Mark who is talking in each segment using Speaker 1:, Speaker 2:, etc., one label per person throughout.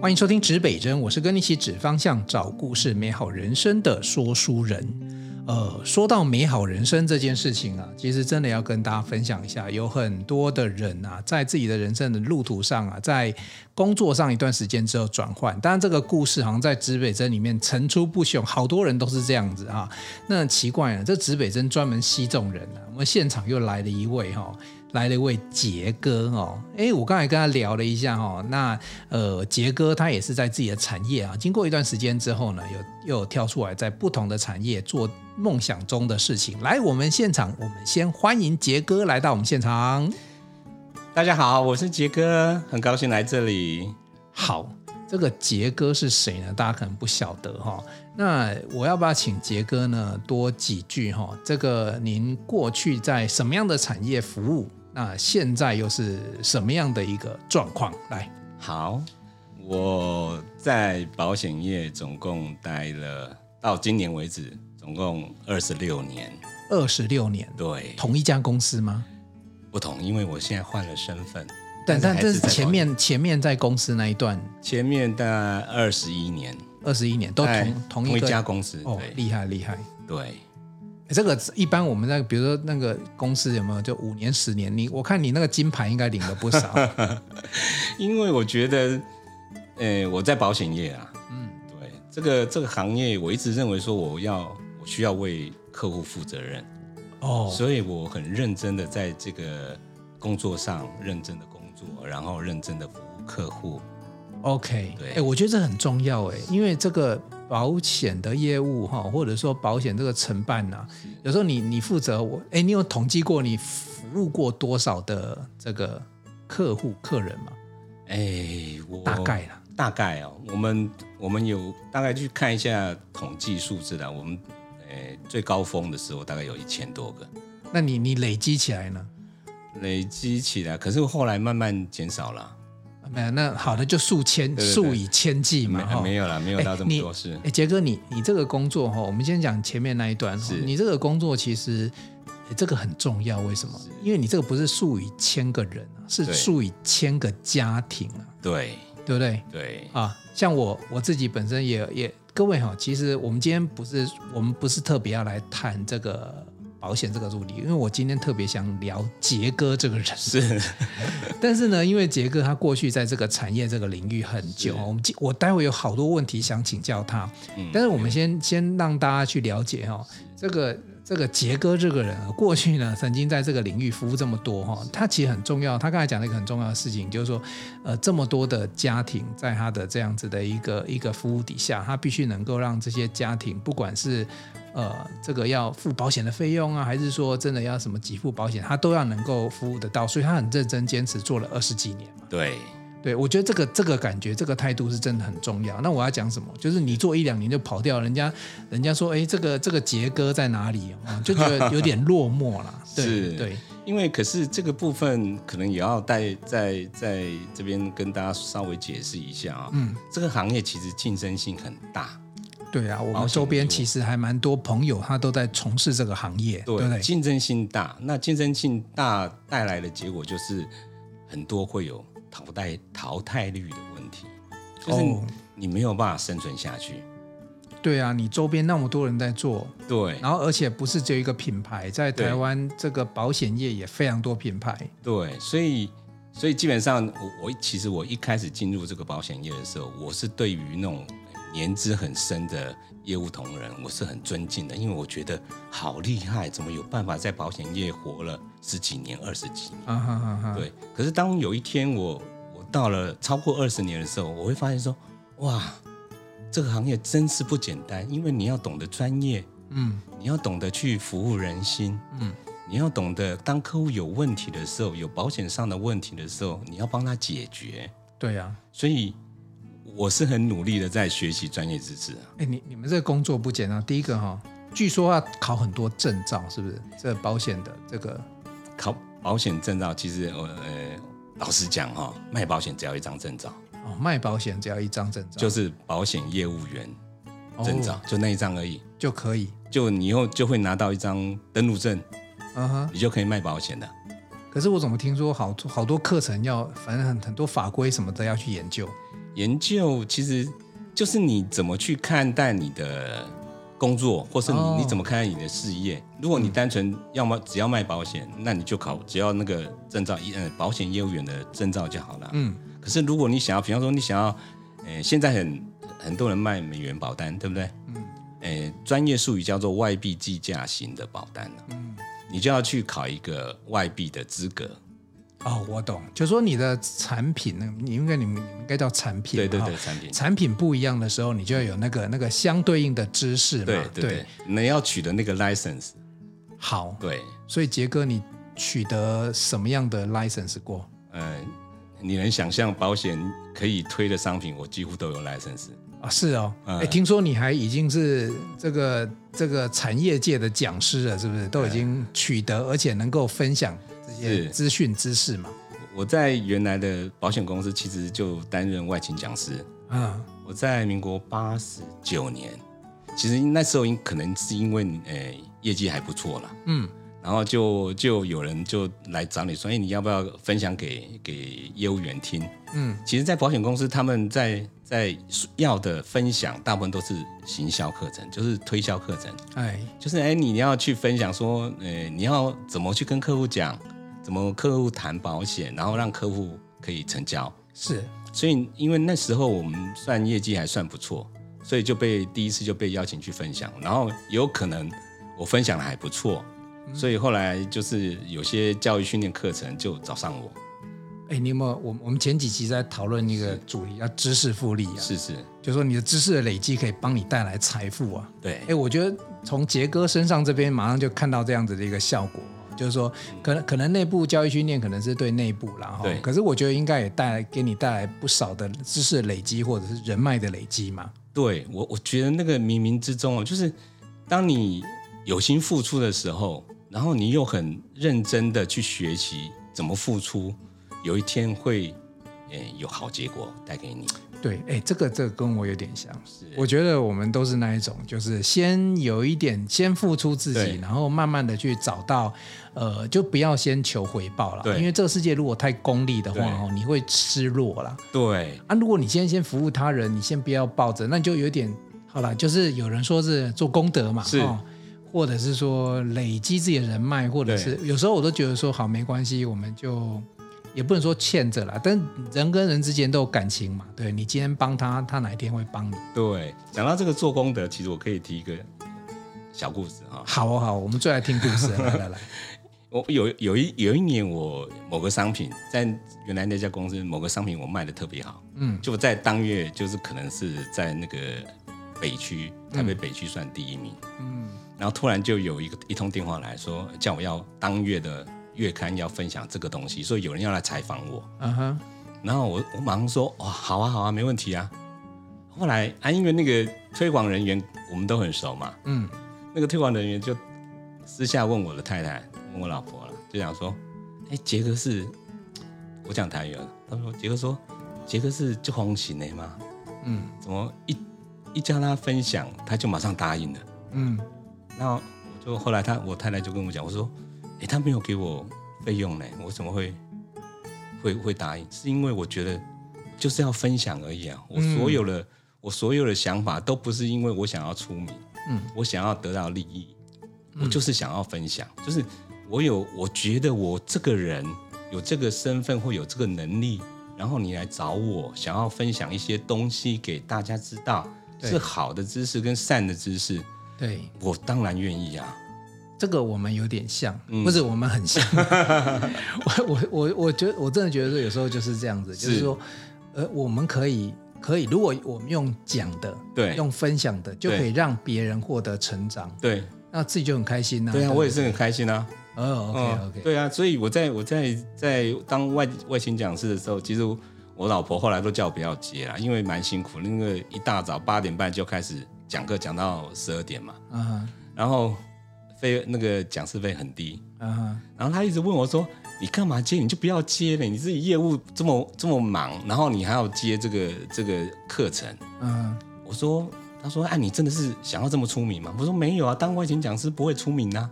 Speaker 1: 欢迎收听指北针，我是跟你一起指方向、找故事、美好人生的说书人。呃，说到美好人生这件事情啊，其实真的要跟大家分享一下，有很多的人啊，在自己的人生的路途上啊，在工作上一段时间之后转换，当然这个故事好像在指北针里面层出不穷，好多人都是这样子啊。那很奇怪了，啊这指北针专门吸这种人啊。我们现场又来了一位哈、来了一位杰哥哦，诶，我刚才跟他聊了一下哦，那呃，杰哥他也是在自己的产业啊，经过一段时间之后呢，有又有跳出来在不同的产业做梦想中的事情。来，我们现场，我们先欢迎杰哥来到我们现场。
Speaker 2: 大家好，我是杰哥，很高兴来这里。
Speaker 1: 好，这个杰哥是谁呢？大家可能不晓得哈、那我要不要请杰哥呢多几句哈、这个您过去在什么样的产业服务？那现在又是什么样的一个状况？来，
Speaker 2: 好，我在保险业总共待了到今年为止，总共二十六年。
Speaker 1: 二十六年，
Speaker 2: 对，
Speaker 1: 同一家公司吗？
Speaker 2: 不同，因为我现在换了身份。
Speaker 1: 但但
Speaker 2: 还
Speaker 1: 这
Speaker 2: 是在
Speaker 1: 前
Speaker 2: 保
Speaker 1: 面前面在公司那一段
Speaker 2: 前面大概二十一年，
Speaker 1: 二十一年都
Speaker 2: 在
Speaker 1: 同同一
Speaker 2: 哎一
Speaker 1: 个
Speaker 2: 家公司。
Speaker 1: 哦，
Speaker 2: 对
Speaker 1: 厉害厉害。
Speaker 2: 对，
Speaker 1: 这个一般我们在比如说那个公司有没有就五年十年？你我看你那个金牌应该领了不 少。
Speaker 2: 因为我觉得，呃，我在保险业啊，嗯，对，这个这个行业，我一直认为说我要我需要为客户负责任。
Speaker 1: 哦，
Speaker 2: 所以我很认真的在这个工作上认真的工作，然后认真的服务客户。
Speaker 1: OK，
Speaker 2: 对
Speaker 1: 哎、我觉得这很重要哎，因为这个保险的业务哈，或者说保险这个承办呐、有时候你你负责我，哎、你有统计过你服务过多少的这个客户客人吗？
Speaker 2: 哎，我
Speaker 1: 大概啦，
Speaker 2: 大概哦，我们我们有大概去看一下统计数字啦。我们哎最高峰的时候大概有一千多个，
Speaker 1: 那你你累积起来呢？
Speaker 2: 累积起来，可是后来慢慢减少了，
Speaker 1: 没有，那好的就数千
Speaker 2: 对对
Speaker 1: 数以千计嘛
Speaker 2: 没
Speaker 1: 哈。
Speaker 2: 没有啦，没有
Speaker 1: 哎
Speaker 2: 到这
Speaker 1: 你
Speaker 2: 么多是。
Speaker 1: 哎，杰哥，你你这个工作哈，我们先讲前面那一段哈
Speaker 2: 是，
Speaker 1: 你这个工作其实哎这个很重要，为什么？因为你这个不是数以千个人啊，是
Speaker 2: 对
Speaker 1: 数以千个家庭啊，
Speaker 2: 对
Speaker 1: 对不对？
Speaker 2: 对，
Speaker 1: 啊，像我我自己本身也也各位哈、其实我们今天不是我们不是特别要来谈这个保险这个助理，因为我今天特别想聊杰哥这个人。
Speaker 2: 是
Speaker 1: 但是呢，因为杰哥他过去在这个产业这个领域很久，
Speaker 2: 是嗯
Speaker 1: 我们今我待会有好多问题想请教他，但是我们先先让大家去了解哈、这个这个杰哥这个人啊，过去呢曾经在这个领域服务这么多哈、他其实很重要。他刚才讲了一个很重要的事情，就是说，呃，这么多的家庭在他的这样子的一个一个服务底下，他必须能够让这些家庭，不管是呃这个要付保险的费用啊，还是说真的要什么给付保险，他都要能够服务得到。所以他很认真坚持做了二十几年。
Speaker 2: 对
Speaker 1: 对，我觉得这个这个感觉，这个态度是真的很重要。那我要讲什么？就是你做一两年就跑掉，人家人家说，哎，这个这个杰哥在哪里？哦就觉得有点落寞 啦。对
Speaker 2: 是
Speaker 1: 对，
Speaker 2: 因为可是这个部分可能也要带在在这边跟大家稍微解释一下啊、嗯，这个行业其实竞争性很大，
Speaker 1: 对啊，我
Speaker 2: 保
Speaker 1: 们
Speaker 2: 险
Speaker 1: 周边
Speaker 2: 业务
Speaker 1: 其实还蛮多朋友，他都在从事这个行业，对不对？
Speaker 2: 竞争性大。那竞争性大带来的结果就是很多会有淘汰淘汰率的问题，就是
Speaker 1: 哦
Speaker 2: 你没有办法生存下去。
Speaker 1: 对啊，你周边那么多人在做，
Speaker 2: 对
Speaker 1: 然后而且不是只有一个品牌，在
Speaker 2: 对
Speaker 1: 台湾这个保险业也非常多品牌。
Speaker 2: 对，所以所以基本上我我其实我一开始进入这个保险业的时候，我是对于那种年资很深的业务同仁，我是很尊敬的，因为我觉得好厉害，怎么有办法在保险业活了十几年、二十几年？
Speaker 1: 啊哈哈哈！
Speaker 2: 对，可是当有一天我我到了超过二十年的时候，我会发现说，哇，这个行业真是不简单，因为你要懂得专业，
Speaker 1: 嗯，
Speaker 2: 你要懂得去服务人心，嗯，你要懂得当客户有问题的时候，有保险上的问题的时候，你要帮他解决。
Speaker 1: 对啊。
Speaker 2: 所以我是很努力的在学习专业知识啊。
Speaker 1: 哎，你你们这个工作不简单。第一个哈、据说要考很多证照，是不是？这保险的这个
Speaker 2: 考保险证照，其实我呃，老实讲哈、卖保险只要一张证照，
Speaker 1: 哦，卖保险只要一张证照
Speaker 2: 就是保险业务员证照，
Speaker 1: 哦
Speaker 2: 就那一张而已。
Speaker 1: 就可以。
Speaker 2: 就你以后就会拿到一张登录证，
Speaker 1: 嗯哼，
Speaker 2: 你就可以卖保险的。
Speaker 1: 可是我怎么听说好多好多课程要，反正很很多法规什么的要去研究。
Speaker 2: 研究其实就是你怎么去看待你的工作，或是你、
Speaker 1: 哦
Speaker 2: 你怎么看待你的事业。如果你单纯要么只要卖保险，那你就考只要那个证照，呃，保险业务员的证照就好了。
Speaker 1: 嗯，
Speaker 2: 可是如果你想要，比方说你想要，呃，现在很很多人卖美元保单，对不对？嗯。呃，专业术语叫做外币计价型的保单、嗯。你就要去考一个外币的资格。
Speaker 1: 哦，我懂，就说你的产品，那你应该你们你们应该叫产品，
Speaker 2: 对对
Speaker 1: 哈
Speaker 2: 对，产品。
Speaker 1: 产品不一样的时候，你就要有那个那个相对应的知识嘛。
Speaker 2: 对对对，你要取得那个 license。
Speaker 1: 好，
Speaker 2: 对，
Speaker 1: 所以杰哥，你取得什么样的 license 过？
Speaker 2: 呃，你能想象保险可以推的商品，我几乎都有 license。
Speaker 1: 啊，是哦，哎、
Speaker 2: 嗯
Speaker 1: 听说你还已经是这个这个产业界的讲师了，是不是？都已经取得，而且能够分享这些
Speaker 2: 是
Speaker 1: 资讯知识嘛？
Speaker 2: 我在原来的保险公司其实就担任外勤讲师。
Speaker 1: 嗯，
Speaker 2: 我在民国八十九年，其实那时候因可能是因为呃业绩还不错啦，
Speaker 1: 嗯，
Speaker 2: 然后就就有人就来找你说，哎，你要不要分享给给业务员听？
Speaker 1: 嗯，
Speaker 2: 其实，在保险公司，他们在在要的分享，大部分都是行销课程，就是推销课程。
Speaker 1: 哎，
Speaker 2: 就是哎，你要去分享说，呃，你要怎么去跟客户讲，怎么客户谈保险，然后让客户可以成交。
Speaker 1: 是
Speaker 2: 所以因为那时候我们算业绩还算不错，所以就被第一次就被邀请去分享，然后有可能我分享的还不错，所以后来就是有些教育训练课程就找上我，
Speaker 1: 哎，你有没有？我我们前几集在讨论一个主题，叫知识复利啊，
Speaker 2: 是是，
Speaker 1: 就说你的知识的累积可以帮你带来财富啊。
Speaker 2: 对
Speaker 1: 哎，我觉得从杰哥身上这边马上就看到这样子的一个效果，就是说，可能可能内部教育训练可能是对内部啦，哈
Speaker 2: 嗯对，
Speaker 1: 可是我觉得应该也带来给你带来不少的知识累积或者是人脉的累积嘛。
Speaker 2: 对我我觉得那个冥冥之中哦，就是当你有心付出的时候，然后你又很认真的去学习怎么付出，有一天会，诶、有好结果带给你，
Speaker 1: 对，哎，这个这个跟我有点像，
Speaker 2: 是
Speaker 1: 我觉得我们都是那一种，就是先有一点，先付出自己
Speaker 2: 对，
Speaker 1: 然后慢慢的去找到，呃，就不要先求回报了，
Speaker 2: 对
Speaker 1: 因为这个世界如果太功利的话
Speaker 2: 对
Speaker 1: 哦，你会失落啦。
Speaker 2: 对
Speaker 1: 啊，如果你先先服务他人，你先不要抱着，那你就有点好了，就是有人说是做功德嘛，
Speaker 2: 是
Speaker 1: 哦或者是说累积自己的人脉，或者是有时候我都觉得说好没关系，我们就也不能说欠着啦，但人跟人之间都有感情嘛，对你今天帮他，他哪一天会帮你？
Speaker 2: 对，讲到这个做功德，其实我可以提一个小故事啊、
Speaker 1: 好哦，好哦，我们最爱听故事了，来来来，
Speaker 2: 我有有一有一年，我某个商品在原来那家公司某个商品我卖的特别好，
Speaker 1: 嗯
Speaker 2: 就在当月就是可能是在那个北区台北北区算第一名，
Speaker 1: 嗯，
Speaker 2: 然后突然就有一个一通电话来说叫我要当月的月刊要分享这个东西，所以有人要来采访我，
Speaker 1: 嗯哼，
Speaker 2: 然后我我马上说哇、好啊好啊没问题啊，后来啊因为那个推广人员我们都很熟嘛，
Speaker 1: 嗯，
Speaker 2: 那个推广人员就私下问我的太太，问我老婆了，就想说，哎、杰哥是，我讲台语啊，他说杰哥说，杰哥是就红型的吗？
Speaker 1: 嗯，
Speaker 2: 怎么一一叫他分享，他就马上答应了。
Speaker 1: 嗯，
Speaker 2: 那我就后来他我太太就跟我讲，我说，哎、他没有给我费用呢，我怎么会会会答应？是因为我觉得就是要分享而已啊，我
Speaker 1: 嗯
Speaker 2: 所有的、我所有的想法都不是因为我想要出名，
Speaker 1: 嗯，
Speaker 2: 我想要得到利益，我就是想要分享，就是我有我觉得我这个人有这个身份或有这个能力。然后你来找我，想要分享一些东西给大家知道，
Speaker 1: 对
Speaker 2: 是好的知识跟善的知识。
Speaker 1: 对，
Speaker 2: 我当然愿意啊，
Speaker 1: 这个我们有点像，
Speaker 2: 嗯
Speaker 1: 不是我们很 像。我我我我觉得我真的觉得说有时候就是这样子，就是说，呃，我们可以可以，如果我们用讲的，
Speaker 2: 对
Speaker 1: 用分享的，就可以让别人获得成长，
Speaker 2: 对
Speaker 1: 那自己就很开心呐、
Speaker 2: 对啊，我也
Speaker 1: 是。
Speaker 2: 是很开心啊。
Speaker 1: 哦，OK
Speaker 2: 嗯
Speaker 1: OK，、
Speaker 2: 对啊，所以我在我在在当外外勤讲师的时候，其实我老婆后来都叫我不要接啦，因为蛮辛苦，那个一大早八点半就开始讲课，讲到十二点嘛，
Speaker 1: 嗯
Speaker 2: 然后费那个讲师费很低，
Speaker 1: 嗯哼，
Speaker 2: 然后他一直问我说：“你干嘛接？你就不要接了，你自己业务这么这么忙，然后你还要接这个这个课程。”
Speaker 1: 嗯，
Speaker 2: 我说，他说，哎、你真的是想要这么出名吗？我说没有啊，当外勤讲师不会出名啊。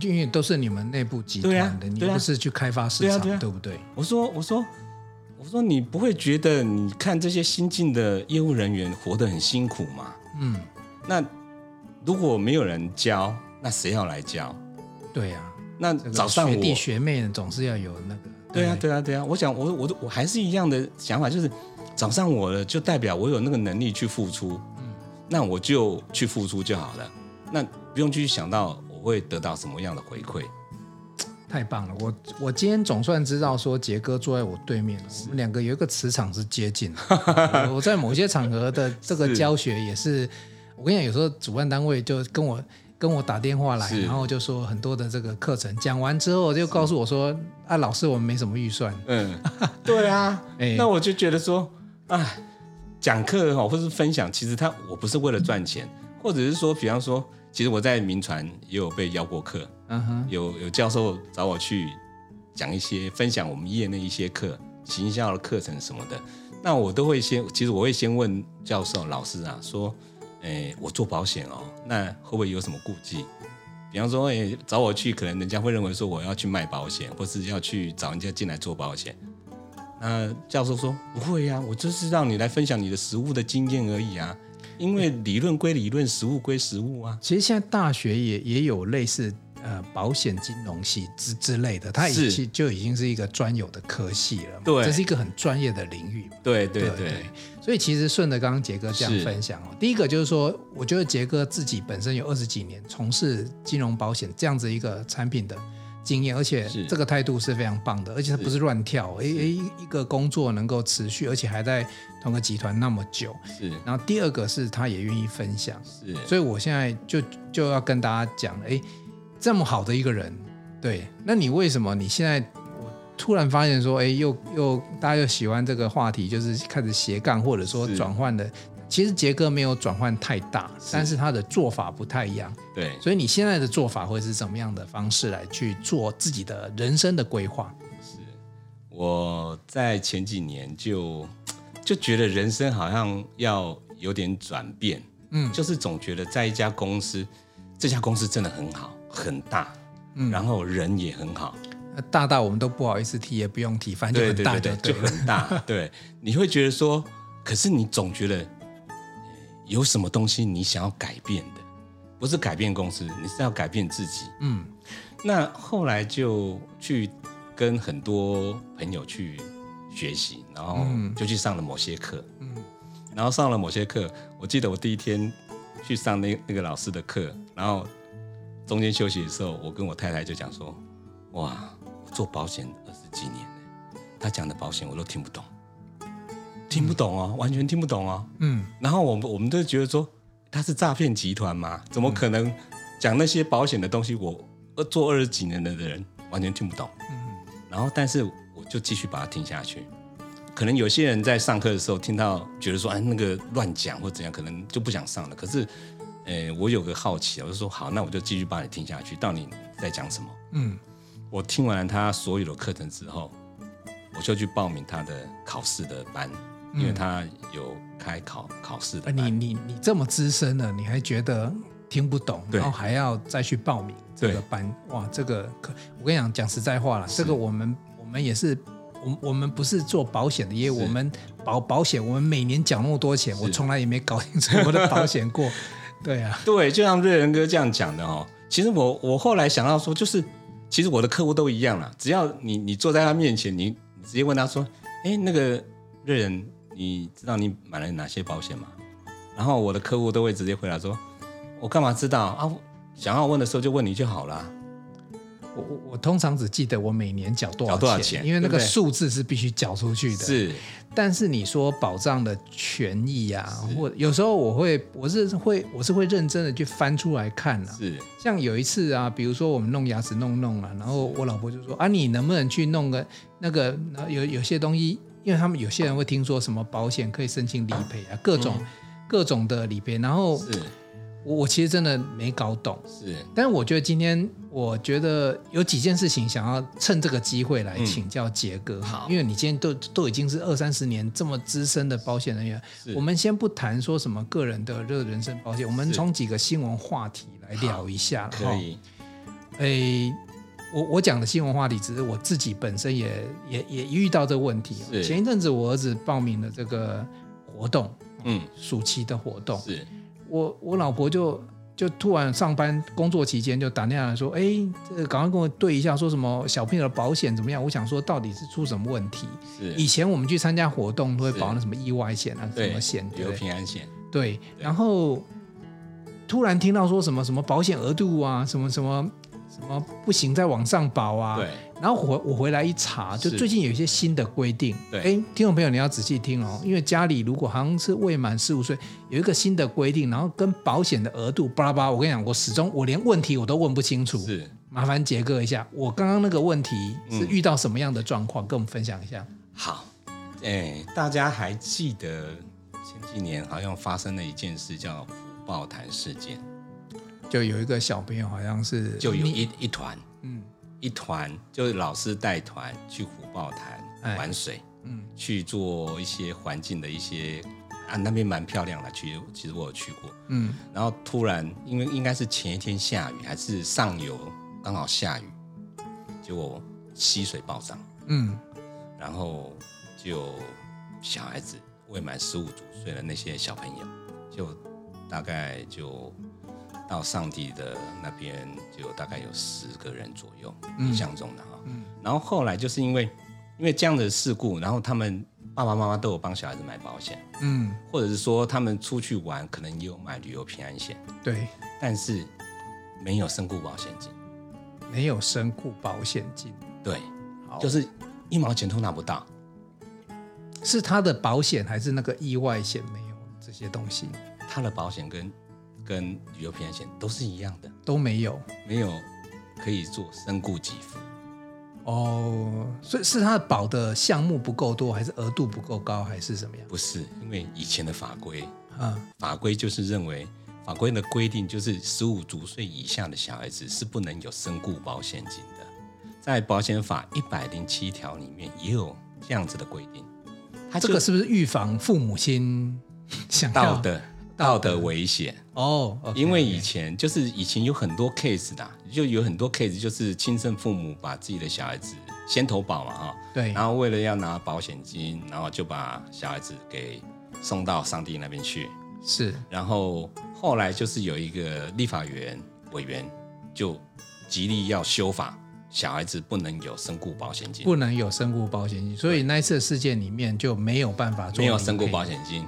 Speaker 1: 就因为都是你们内部集
Speaker 2: 对啊
Speaker 1: 团的，你
Speaker 2: 对啊
Speaker 1: 不是去开发市
Speaker 2: 对啊
Speaker 1: 场，
Speaker 2: 对啊
Speaker 1: 不对？
Speaker 2: 我说，我说，我我说你不会觉得你看这些新进的业务人员活得很辛苦吗？
Speaker 1: 嗯，
Speaker 2: 那如果没有人教，那谁要来教？
Speaker 1: 对呀、
Speaker 2: 那
Speaker 1: 这个
Speaker 2: 早上
Speaker 1: 学弟
Speaker 2: 我
Speaker 1: 学妹总是要有那个，
Speaker 2: 对啊，
Speaker 1: 不，
Speaker 2: 对啊，对啊！我想我，我我还是一样的想法，就是找上我了，就代表我有那个能力去付出，
Speaker 1: 嗯
Speaker 2: 那我就去付出就好了，那不用去想到我会得到什么样的回馈。
Speaker 1: 太棒了！我我今天总算知道说杰哥坐在我对面了，我们两个有一个磁场是接近 的。我我在某些场合的这个
Speaker 2: 是
Speaker 1: 教学也是，我跟你讲，有时候主办单位就跟我跟我打电话来，
Speaker 2: 是
Speaker 1: 然后就说很多的这个课程讲完之后，就告诉我说啊，老师我们没什么预算，
Speaker 2: 嗯， 对啊，
Speaker 1: 哎
Speaker 2: 那我就觉得说，哎，讲课哦哈，或是分享，其实他我不是为了赚钱，或者是说，比方说，其实我在民传也有被邀过课，
Speaker 1: 嗯哼，
Speaker 2: 有有教授找我去讲一些分享我们业内一些课、行销的课程什么的，那我都会先，其实我会先问教授老师啊，说，诶，我做保险哦，那会不会有什么顾忌？比方说，诶，找我去，可能人家会认为说我要去卖保险，或是要去找人家进来做保险。那教授说不会呀、我就是让你来分享你的实物的经验而已啊，因为理论归理论，实物归实物啊。
Speaker 1: 其实现在大学也也有类似呃保险金融系之之类的，它已
Speaker 2: 是
Speaker 1: 经就已经是一个专有的科系了嘛，
Speaker 2: 对
Speaker 1: 这是一个很专业的领域嘛。
Speaker 2: 对对
Speaker 1: 对
Speaker 2: 对，
Speaker 1: 所以其实顺着刚刚杰哥这样
Speaker 2: 是
Speaker 1: 分享哦，第一个就是说，我觉得杰哥自己本身有二十几年从事金融保险这样子一个产品的经验，而且
Speaker 2: 是
Speaker 1: 这个态度是非常棒的，而且他不是乱跳，诶诶，一个工作能够持续，而且还在同个集团那么久。
Speaker 2: 是
Speaker 1: 然后第二个是他也愿意分享，
Speaker 2: 是。
Speaker 1: 所以我现在就就要跟大家讲，哎，这么好的一个人，对，那你为什么你现在我突然发现说，哎，又又大家又喜欢这个话题，就是开始斜杠或者说
Speaker 2: 是
Speaker 1: 转换的。其实杰哥没有转换太大，但是他的做法不太一样，
Speaker 2: 对，
Speaker 1: 所以你现在的做法会是怎么样的方式来去做自己的人生的规划？
Speaker 2: 我在前几年就就觉得人生好像要有点转变，
Speaker 1: 嗯
Speaker 2: 就是总觉得在一家公司，这家公司真的很好，很大，
Speaker 1: 嗯
Speaker 2: 然后人也很好，
Speaker 1: 呃大到我们都不好意思提，也不用提，反正就
Speaker 2: 对
Speaker 1: 很
Speaker 2: 对
Speaker 1: 大
Speaker 2: 对
Speaker 1: 就
Speaker 2: 对，
Speaker 1: 对
Speaker 2: 就
Speaker 1: 了。
Speaker 2: 很大，对，你会觉得说，可是你总觉得呃有什么东西你想要改变的，不是改变公司，你是要改变自己，
Speaker 1: 嗯
Speaker 2: 那后来就去跟很多朋友去学习，然后就去上了某些课，
Speaker 1: 嗯
Speaker 2: 然后上了某些课，我记得我第一天去上那那个老师的课，然后中间休息的时候，我跟我太太就讲说：“哇，我做保险二十几年了，他讲的保险我都听不懂，听不懂哦，完全听不懂哦。”
Speaker 1: 嗯，
Speaker 2: 然后我们我们就觉得说他是诈骗集团嘛，怎么可能讲那些保险的东西？我呃做二十几年的人完全听不懂。然后但是我就继续把它听下去。可能有些人在上课的时候听到，觉得说哎那个乱讲或怎样，可能就不想上了。可是，呃，我有个好奇，我就说好，那我就继续把你听下去，到底你在讲什么？
Speaker 1: 嗯，
Speaker 2: 我听完了他所有的课程之后，我就去报名他的考试的班，因为他有开考考试
Speaker 1: 呃
Speaker 2: 的
Speaker 1: 嗯你
Speaker 2: 班。
Speaker 1: 你你这么资深了，你还觉得听不懂，
Speaker 2: 对
Speaker 1: 然后还要再去报名这个
Speaker 2: 对
Speaker 1: 班，哇，这个可我跟你讲，讲实在话了，这个我们我们也是。我我们不是做保险的业务，
Speaker 2: 是
Speaker 1: 我们保保险，我们每年缴那么多钱，我从来也没搞清楚我的保险 过。对啊，
Speaker 2: 对，就像瑞仁哥这样讲的哦。其实我我后来想到说，就是其实我的客户都一样啦，只要你你坐在他面前，你你直接问他说：“哎，那个瑞仁，你知道你买了哪些保险吗？”然后我的客户都会直接回答说：“我干嘛知道啊？想要问的时候就问你就好啦。
Speaker 1: 我我我通常只记得我每年缴多少
Speaker 2: 缴多少钱
Speaker 1: 因为那个
Speaker 2: 对不对
Speaker 1: 数字是必须缴出去的。
Speaker 2: 是
Speaker 1: 但是你说保障的权益啊，或有时候我会我是会我是会认真的去翻出来看啊。
Speaker 2: 是
Speaker 1: 像有一次啊，比如说我们弄牙齿弄弄啊，然后我老婆就说啊，你能不能去弄个那个呃有有些东西，因为他们有些人会听说什么保险可以申请理赔啊，各种、
Speaker 2: 嗯
Speaker 1: 各种的理赔，然后
Speaker 2: 是
Speaker 1: 我我其实真的没搞懂，
Speaker 2: 是，
Speaker 1: 但是我觉得今天我觉得有几件事情想要趁这个机会来请教杰哥，
Speaker 2: 嗯好
Speaker 1: 因为你今天都都已经是二三十年这么资深的保险人员，
Speaker 2: 是
Speaker 1: 我们先不谈说什么个人的这个人身保险，我们
Speaker 2: 是
Speaker 1: 从几个新闻话题来聊一下啦
Speaker 2: 可以
Speaker 1: 诶，哎我我讲的新闻话题，只是我自己本身也也也遇到这个问题啊。
Speaker 2: 是
Speaker 1: 前一阵子我儿子报名了这个活动，
Speaker 2: 嗯，
Speaker 1: 暑期的活动，
Speaker 2: 是
Speaker 1: 我我老婆就就突然上班工作期间就打电话来说，哎，这个赶快跟我对一下，说什么小朋友的保险怎么样？我想说到底是出什么问题？以
Speaker 2: 是，
Speaker 1: 前我们去参加活动都会
Speaker 2: 是
Speaker 1: 保那什么意外险啊，什
Speaker 2: 对
Speaker 1: 么险，对
Speaker 2: 有
Speaker 1: 不对？
Speaker 2: 平安险，
Speaker 1: 对，
Speaker 2: 对
Speaker 1: 然后突然听到说什么什么保险额度啊，什么什么什么不行，再往上保啊。
Speaker 2: 对
Speaker 1: 然后我我回来一查，就是最近有一些新的规定。
Speaker 2: 对
Speaker 1: 哎，听众朋友你要仔细听哦，因为家里如果好像是未满十五岁，有一个新的规定，然后跟保险的额度巴拉巴拉，我跟你讲，我始终我连问题我都问不清楚。
Speaker 2: 是。
Speaker 1: 麻烦杰哥一下，我刚刚那个问题是
Speaker 2: 嗯
Speaker 1: 遇到什么样的状况，跟我们分享一下。
Speaker 2: 好，哎，大家还记得前几年好像发生了一件事，叫虎豹潭事件，
Speaker 1: 就有一个小朋友好像是
Speaker 2: 就有一一团
Speaker 1: 嗯
Speaker 2: 一团，就是老师带团去虎豹
Speaker 1: 哎
Speaker 2: 潭玩水，
Speaker 1: 嗯
Speaker 2: 去做一些环境的一些啊，那边蛮漂亮的，其实其实我有去过。
Speaker 1: 嗯
Speaker 2: 然后突然，因为应该是前一天下雨，还是上游刚好下雨，结果溪水暴涨。
Speaker 1: 嗯
Speaker 2: 然后就小孩子未满十五周岁的那些小朋友，就大概就到上帝的那边，就大概有十个人左右，印象中的哈。然后后来就是因为因为这样的事故，然后他们爸爸妈妈都有帮小孩子买保险，
Speaker 1: 嗯，
Speaker 2: 或者是说他们出去玩可能也有买旅游平安险，
Speaker 1: 对。
Speaker 2: 但是没有身故保险金，
Speaker 1: 没有身故保险金，
Speaker 2: 对，
Speaker 1: 好
Speaker 2: 就是一毛钱都拿不到。
Speaker 1: 是他的保险还是那个意外险没有这些东西
Speaker 2: 他的保险跟跟旅游平安险都是一样的，
Speaker 1: 都没有
Speaker 2: 没有可以做身故给付，
Speaker 1: 哦，所以是他的保的项目不够多，还是额度不够高，还是怎么样？
Speaker 2: 不是因为以前的法规，
Speaker 1: 啊，
Speaker 2: 法规就是认为法规的规定就是十五周岁以下的小孩子是不能有身故保险金的，在保险法一百零七条里面也有这样子的规定，它
Speaker 1: 这
Speaker 2: 啊就
Speaker 1: 个是不是预防父母亲想要
Speaker 2: 道德道德危险。
Speaker 1: 哦？OK，
Speaker 2: 因为
Speaker 1: OK
Speaker 2: 以前就是以前有很多 case 的啊，就有很多 case 就是亲生父母把自己的小孩子先投保嘛哈，
Speaker 1: 对
Speaker 2: 然后为了要拿保险金，然后就把小孩子给送到上帝那边去，
Speaker 1: 是
Speaker 2: 然后后来就是有一个立法员委员就极力要修法，小孩子不能有身故保险金，
Speaker 1: 不能有身故保险金，所以那一次事件里面就没有办法做
Speaker 2: 没有身故保
Speaker 1: 理
Speaker 2: 险金，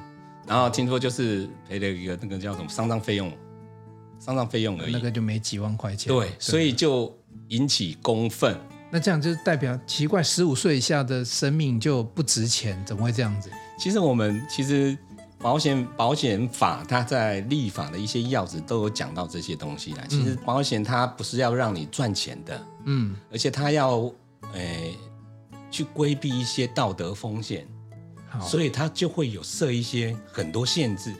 Speaker 2: 然后听说就是赔了一个那个叫什么丧葬费用，丧葬费用而
Speaker 1: 赔，
Speaker 2: 已
Speaker 1: 那。个就没几万块钱。
Speaker 2: 对，所以就引起公愤。
Speaker 1: 那这样就代表奇怪，十五岁以下的生命就不值钱，怎么会这样子？
Speaker 2: 其实我们其实保险保险法它在立法的一些要旨都有讲到这些东西啦。其实保险它不是要让你赚钱的，
Speaker 1: 嗯，
Speaker 2: 而且它要诶、去规避一些道德风险，
Speaker 1: 好，
Speaker 2: 所以它就会有设一些很多限制，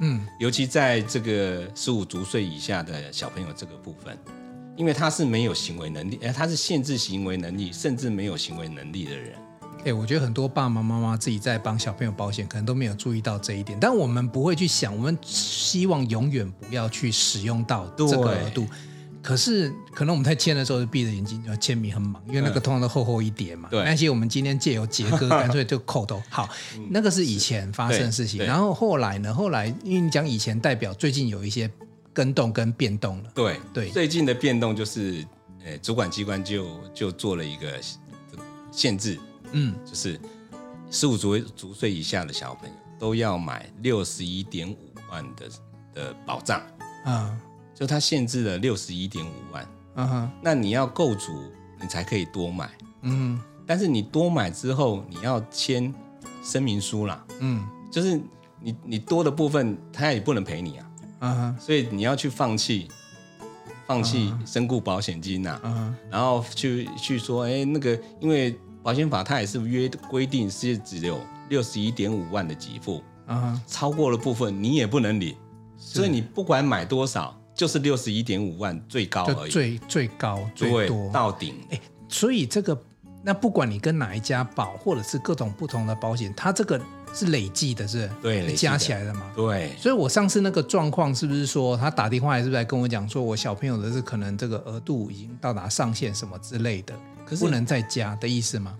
Speaker 1: 嗯
Speaker 2: 尤其在这个十五足岁以下的小朋友这个部分。因为他是没有行为能力，呃，他是限制行为能力，甚至没有行为能力的人，，
Speaker 1: 哎、我觉得很多爸爸妈妈自己在帮小朋友保险，可能都没有注意到这一点。但我们不会去想，我们希望永远不要去使用到这个额度。可是，可能我们在签的时候就闭着眼睛，就签名很忙，因为那个通常都厚厚一叠嘛。
Speaker 2: 对
Speaker 1: 那些我们今天借由杰哥，干脆就扣都好。那个是以前发生的事情，
Speaker 2: 对对
Speaker 1: 然后后来呢？后来因为你讲以前，代表最近有一些跟动跟变动了。
Speaker 2: 对
Speaker 1: 对
Speaker 2: 最近的变动就是，呃，主管机关就就做了一个限制，
Speaker 1: 嗯，
Speaker 2: 就是十五足足岁以下的小朋友都要买六十一点五万的的保障，
Speaker 1: 啊，
Speaker 2: 就它限制了六十一点五万，
Speaker 1: 嗯哼，
Speaker 2: 那你要够足，你才可以多买，
Speaker 1: 嗯
Speaker 2: 但是你多买之后，你要签声明书啦，
Speaker 1: 嗯
Speaker 2: 就是你你多的部分，他也不能赔你啊，
Speaker 1: 嗯
Speaker 2: 所以你要去放弃放弃身故保险金呐、啊
Speaker 1: 哼嗯
Speaker 2: 然后去去说，哎，那个因为保险法它也是约规定是只有六十一点五万的给付，
Speaker 1: 哼嗯哼，
Speaker 2: 超过了部分你也不能领，所以你不管买多少，就是六十一点五万最高
Speaker 1: 就
Speaker 2: 而已，
Speaker 1: 最最高最
Speaker 2: 对
Speaker 1: 多哎
Speaker 2: 到顶。
Speaker 1: 所以这个那不管你跟哪一家保，或者是各种不同的保险，它这个是累计的是，
Speaker 2: 对累
Speaker 1: 是
Speaker 2: 计
Speaker 1: 加
Speaker 2: 的
Speaker 1: 起来的嘛。
Speaker 2: 对，
Speaker 1: 所以我上次那个状况是不是说他打电话来是不是来跟我讲说我小朋友的是可能这个额度已经到达上限什么之类的，
Speaker 2: 可是
Speaker 1: 不能再加的意思吗？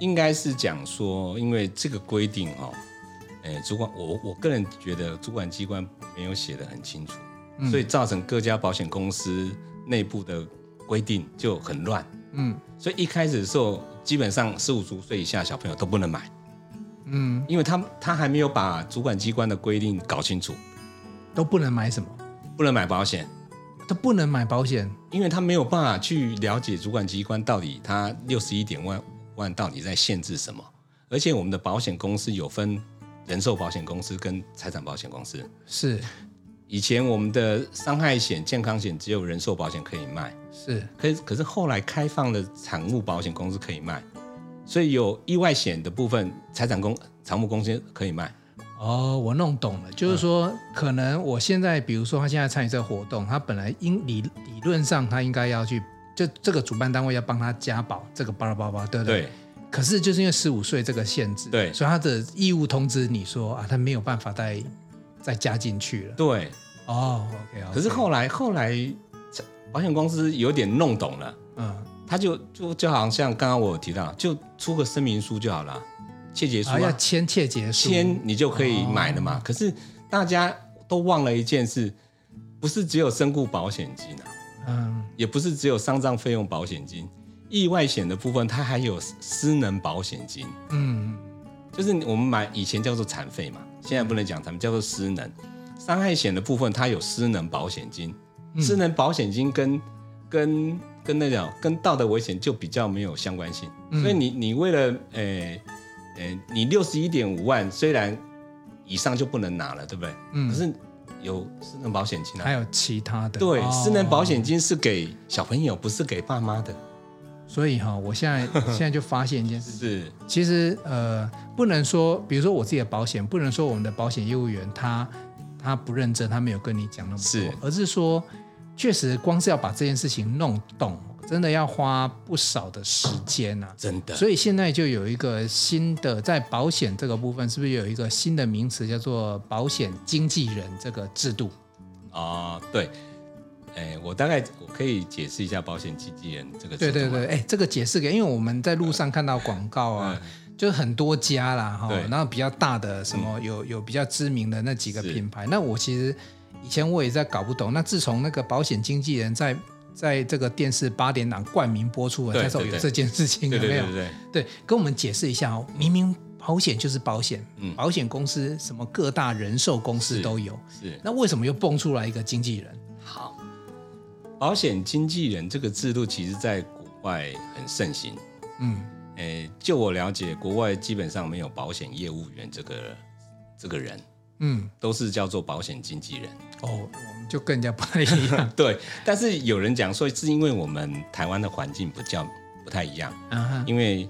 Speaker 2: 应该是讲说，因为这个规定哦，诶，主管我我个人觉得主管机关没有写得很清楚，
Speaker 1: 嗯
Speaker 2: 所以造成各家保险公司内部的规定就很乱。
Speaker 1: 嗯
Speaker 2: 所以一开始的时候，基本上十五周岁以下小朋友都不能买，
Speaker 1: 嗯，
Speaker 2: 因为他他还没有把主管机关的规定搞清楚，
Speaker 1: 都不能买什么，
Speaker 2: 不能买保险，
Speaker 1: 都不能买保险。
Speaker 2: 因为他没有办法去了解主管机关到底他六十一点万万到底在限制什么。而且我们的保险公司有分人寿保险公司跟财产保险公司。
Speaker 1: 是
Speaker 2: 以前我们的伤害险、健康险只有人寿保险可以卖，
Speaker 1: 是，
Speaker 2: 可是可是后来开放了产物保险公司可以卖，所以有意外险的部分，财产公产务公司可以卖。
Speaker 1: 哦，我弄懂
Speaker 2: 嗯
Speaker 1: 了，就是说，可能我现在，比如说他现在参与这个活动，他本来应理理论上他应该要去，就这个主办单位要帮他加保这个巴拉巴拉巴拉，对不对？
Speaker 2: 对
Speaker 1: 可是就是因为十五岁这个限制，
Speaker 2: 对
Speaker 1: 所以他的义务通知你说啊，他没有办法再再加进去了。
Speaker 2: 对，
Speaker 1: 哦，OK，,
Speaker 2: 可是后来后来保险公司有点弄懂了。
Speaker 1: 嗯，
Speaker 2: 他就就就好像刚刚我有提到，就出个声明书就好了，切结书
Speaker 1: 啊要哦
Speaker 2: 啊，
Speaker 1: 签切结书，
Speaker 2: 签你就可以买了嘛。可是大家都忘了一件事，不是只有身故保险金啊，
Speaker 1: 嗯，
Speaker 2: 也不是只有丧葬费用保险金，意外险的部分它还有失能保险金，
Speaker 1: 嗯
Speaker 2: 就是我们买以前叫做残废嘛，现在不能讲残废，叫做失能。伤害险的部分它有失能保险金，
Speaker 1: 嗯
Speaker 2: 失能保险金跟跟跟那种跟道德危险就比较没有相关性，
Speaker 1: 嗯
Speaker 2: 所以你你为了呃呃你六十一点五万虽然以上就不能拿了，对不对？
Speaker 1: 嗯
Speaker 2: 可是有失能保险金
Speaker 1: 还
Speaker 2: 啊。
Speaker 1: 有其他的，
Speaker 2: 对，
Speaker 1: 哦
Speaker 2: 失能保险金是给小朋友，不是给爸妈的，
Speaker 1: 所以哈、我现在 现在就发现一件事情，
Speaker 2: 是
Speaker 1: 其实呃，不能说，比如说我自己的保险，不能说我们的保险业务员他他不认真，他没有跟你讲那么多，
Speaker 2: 是
Speaker 1: 而是说，确实光是要把这件事情弄懂，真的要花不少的时间啊。
Speaker 2: 真的。
Speaker 1: 所以现在就有一个新的，在保险这个部分，是不是有一个新的名词叫做保险经纪人这个制度？
Speaker 2: 啊、对，哎，我大概我可以解释一下保险经纪人这个
Speaker 1: 对
Speaker 2: 制度
Speaker 1: 对
Speaker 2: 吗
Speaker 1: 对，哎，这个解释给，因为我们在路上看到广告啊，就是很多家啦哈
Speaker 2: 嗯对，嗯
Speaker 1: 然后比较大的什么有有比较知名的那几个
Speaker 2: 是
Speaker 1: 品牌，那我其实以前我也在搞不懂，那自从那个保险经纪人在在这个电视八点档冠名播出了，
Speaker 2: 对
Speaker 1: 那时候
Speaker 2: 对
Speaker 1: 有
Speaker 2: 对
Speaker 1: 这件事情有
Speaker 2: 对对
Speaker 1: 没
Speaker 2: 对
Speaker 1: 有
Speaker 2: 对？对，
Speaker 1: 对，跟我们解释一下哦，明明保险就是保险，
Speaker 2: 嗯
Speaker 1: 保险公司什么各大人寿公司
Speaker 2: 是
Speaker 1: 都有，
Speaker 2: 是
Speaker 1: 那为什么又蹦出来一个经纪人？
Speaker 2: 好。保险经纪人这个制度其实在国外很盛行，
Speaker 1: 嗯
Speaker 2: 哎，就我了解，国外基本上没有保险业务员这个这个人，
Speaker 1: 嗯，
Speaker 2: 都是叫做保险经纪人。
Speaker 1: 哦，我们就更加不太一 样
Speaker 2: 对，但是有人讲说是因为我们台湾的环境不叫不太一样，
Speaker 1: 啊哈，
Speaker 2: 因为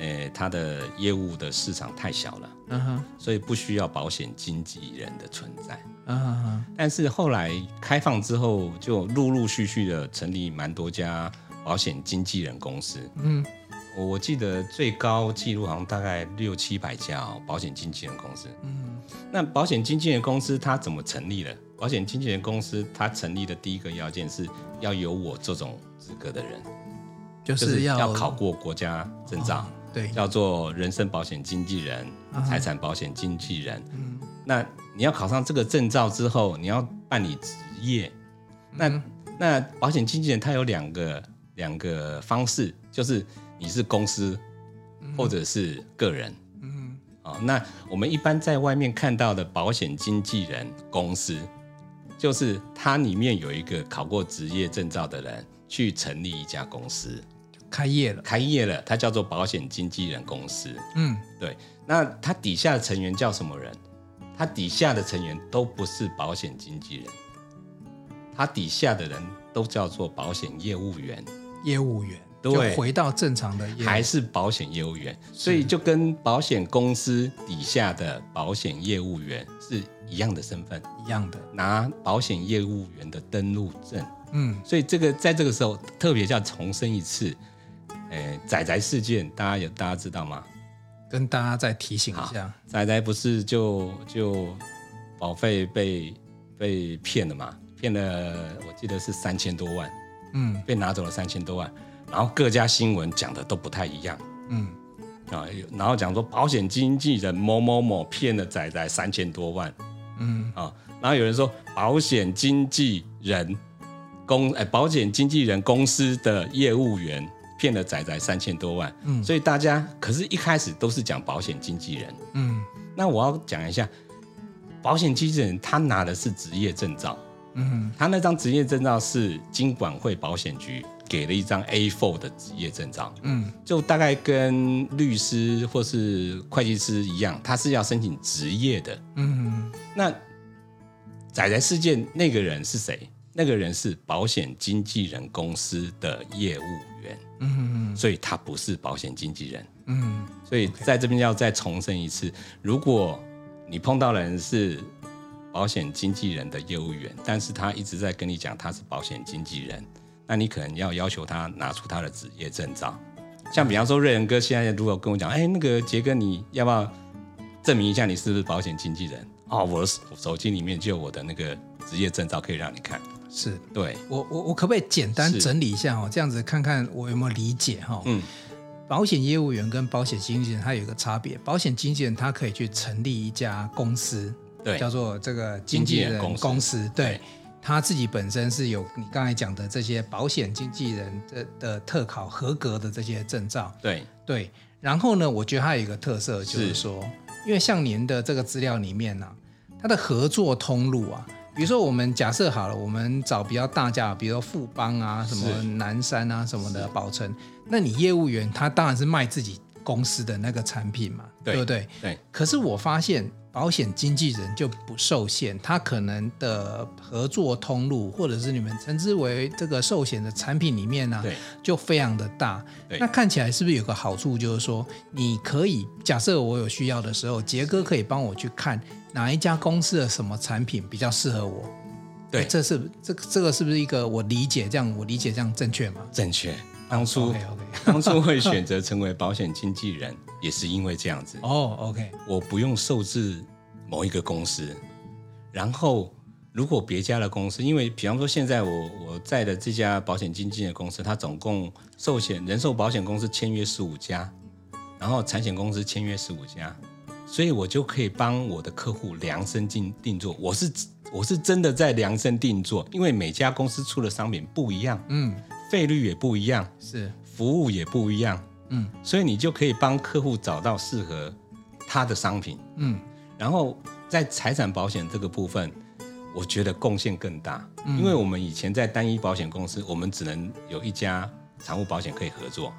Speaker 2: 呃，他的业务的市场太小了。
Speaker 1: 嗯哼，
Speaker 2: 所以不需要保险经纪人的存在。
Speaker 1: 嗯哼哼，
Speaker 2: 但是后来开放之后，就陆陆续续的成立蛮多家保险经纪人公司。
Speaker 1: 嗯
Speaker 2: 我我记得最高纪录好像大概六七百家哦，保险经纪人公司。
Speaker 1: 嗯
Speaker 2: 那保险经纪人公司它怎么成立的？保险经纪人公司它成立的第一个要件是要有我这种资格的人，
Speaker 1: 就
Speaker 2: 就是是
Speaker 1: 要
Speaker 2: 要考过国家证照。
Speaker 1: 对，啊
Speaker 2: 叫做人身保险经纪人、财产保险经纪人。
Speaker 1: 嗯
Speaker 2: 那你要考上这个证照之后，你要办理职业。那、
Speaker 1: 嗯
Speaker 2: 那保险经纪人他有两个两个方式，就是你是公司或者是个人。
Speaker 1: 嗯
Speaker 2: 哦，那我们一般在外面看到的保险经纪人公司，就是它里面有一个考过职业证照的人去成立一家公司，
Speaker 1: 开业了，
Speaker 2: 开业了，它叫做保险经纪人公司。
Speaker 1: 嗯
Speaker 2: 对，那他底下的成员叫什么人？他底下的成员都不是保险经纪人，他底下的人都叫做保险业务员，
Speaker 1: 业务员就
Speaker 2: 对
Speaker 1: 回到正常的业务，
Speaker 2: 还是保险业务员，所以就跟保险公司底下的保险业务员是一样的身份，
Speaker 1: 一样的，
Speaker 2: 拿保险业务员的登录证。
Speaker 1: 嗯
Speaker 2: 所以这个在这个时候特别要重申一次，诶仔仔事件，大家有大家知道吗？
Speaker 1: 跟大家再提醒一下，
Speaker 2: 仔仔不是就就保费被被骗了嘛？骗了，我记得是三千多万，
Speaker 1: 嗯
Speaker 2: 被拿走了三千多万。然后各家新闻讲的都不太一样
Speaker 1: 嗯，
Speaker 2: 啊，有然后讲说保险经纪人某某某骗了仔仔三千多万，
Speaker 1: 嗯
Speaker 2: 啊，然后有人说保险经纪人公哎，保险经纪人公司的业务员骗了仔仔三千多万，
Speaker 1: 嗯
Speaker 2: 所以大家可是一开始都是讲保险经纪人，
Speaker 1: 嗯
Speaker 2: 那我要讲一下，保险经纪人他拿的是职业证照，
Speaker 1: 嗯
Speaker 2: 他那张职业证照是金管会保险局给了一张 A4 的职业证照，
Speaker 1: 嗯
Speaker 2: 就大概跟律师或是会计师一样，他是要申请职业的，
Speaker 1: 嗯
Speaker 2: 那仔仔事件那个人是谁？那个人是保险经纪人公司的业务员，
Speaker 1: 嗯
Speaker 2: 所以他不是保险经纪人。
Speaker 1: 嗯
Speaker 2: 所以在这边要再重申一次：如果你碰到的人是保险经纪人的业务员，但是他一直在跟你讲他是保险经纪人，那你可能要要求他拿出他的职业证照。像比方说，瑞仁哥现在如果跟我讲，哎、那个杰哥，你要不要证明一下你是不是保险经纪人？哦，我的手手机里面就有我的那个职业证照可以让你看。
Speaker 1: 是。
Speaker 2: 对，
Speaker 1: 我我我可不可以简单
Speaker 2: 是
Speaker 1: 整理一下哦？这样子看看我有没有理解哈、
Speaker 2: 嗯，
Speaker 1: 保险业务员跟保险经纪人它有一个差别，保险经纪人他可以去成立一家公司，
Speaker 2: 对
Speaker 1: 叫做这个经纪
Speaker 2: 经纪人
Speaker 1: 人
Speaker 2: 公司
Speaker 1: 公司，对
Speaker 2: 对。
Speaker 1: 他自己本身是有你刚才讲的这些保险经纪人的的特考合格的这些证照，
Speaker 2: 对，
Speaker 1: 对，然后呢，我觉得它有一个特色，就是
Speaker 2: 是
Speaker 1: 说，因为像您的这个资料里面呢、啊它的合作通路啊，比如说我们假设好了，我们找比较大家，比如说富邦啊、什么
Speaker 2: 是
Speaker 1: 南山啊、什么的宝城，那你业务员他当然是卖自己公司的那个产品嘛，
Speaker 2: 对
Speaker 1: 不对？
Speaker 2: 对，
Speaker 1: 可是我发现保险经纪人就不受限，他可能的合作通路，或者是你们称之为这个寿险的产品里面呢、
Speaker 2: 对，
Speaker 1: 就非常的大
Speaker 2: 对。
Speaker 1: 那看起来是不是有个好处，就是说你可以假设我有需要的时候，杰哥可以帮我去看哪一家公司的什么产品比较适合我。哎
Speaker 2: 对
Speaker 1: 这是这这个是不是一个我理解这样我理解这样正确吗？
Speaker 2: 正确。当初
Speaker 1: OK OK，
Speaker 2: 当初会选择成为保险经纪人，也是因为这样子，
Speaker 1: 哦 OK，
Speaker 2: 我不用受制某一个公司。然后，如果别家的公司，因为比方说现在我我在的这家保险经纪人公司，它总共寿险人寿保险公司签约十五家，然后产险公司签约十五家，所以我就可以帮我的客户量身定定做。我是我是真的在量身定做，因为每家公司出的商品不一样，
Speaker 1: 嗯，
Speaker 2: 费率也不一样，
Speaker 1: 是，
Speaker 2: 服务也不一样，
Speaker 1: 嗯
Speaker 2: 所以你就可以帮客户找到适合他的商品。
Speaker 1: 嗯
Speaker 2: 然后在财产保险这个部分，我觉得贡献更大，因为我们以前在单一保险公司，我们只能有一家产物保险可以合作，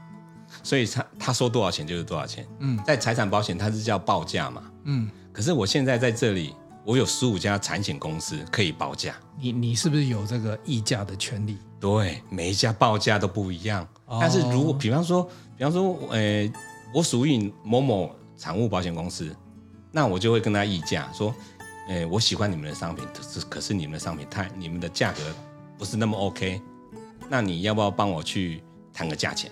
Speaker 2: 所以他他说多少钱就是多少钱。
Speaker 1: 嗯，
Speaker 2: 在财产保险它是叫报价嘛，
Speaker 1: 嗯，
Speaker 2: 可是我现在在这里，我有十五家产险公司可以报价，
Speaker 1: 你你是不是有这个议价的权利？
Speaker 2: 对，每一家报价都不一样。
Speaker 1: 哦
Speaker 2: 但是如果比方说，比方说，呃，我属于某某产物保险公司，那我就会跟他议价说，呃，我喜欢你们的商品，可是可是你们的商品太，你们的价格不是那么 OK，那你要不要帮我去谈个价钱？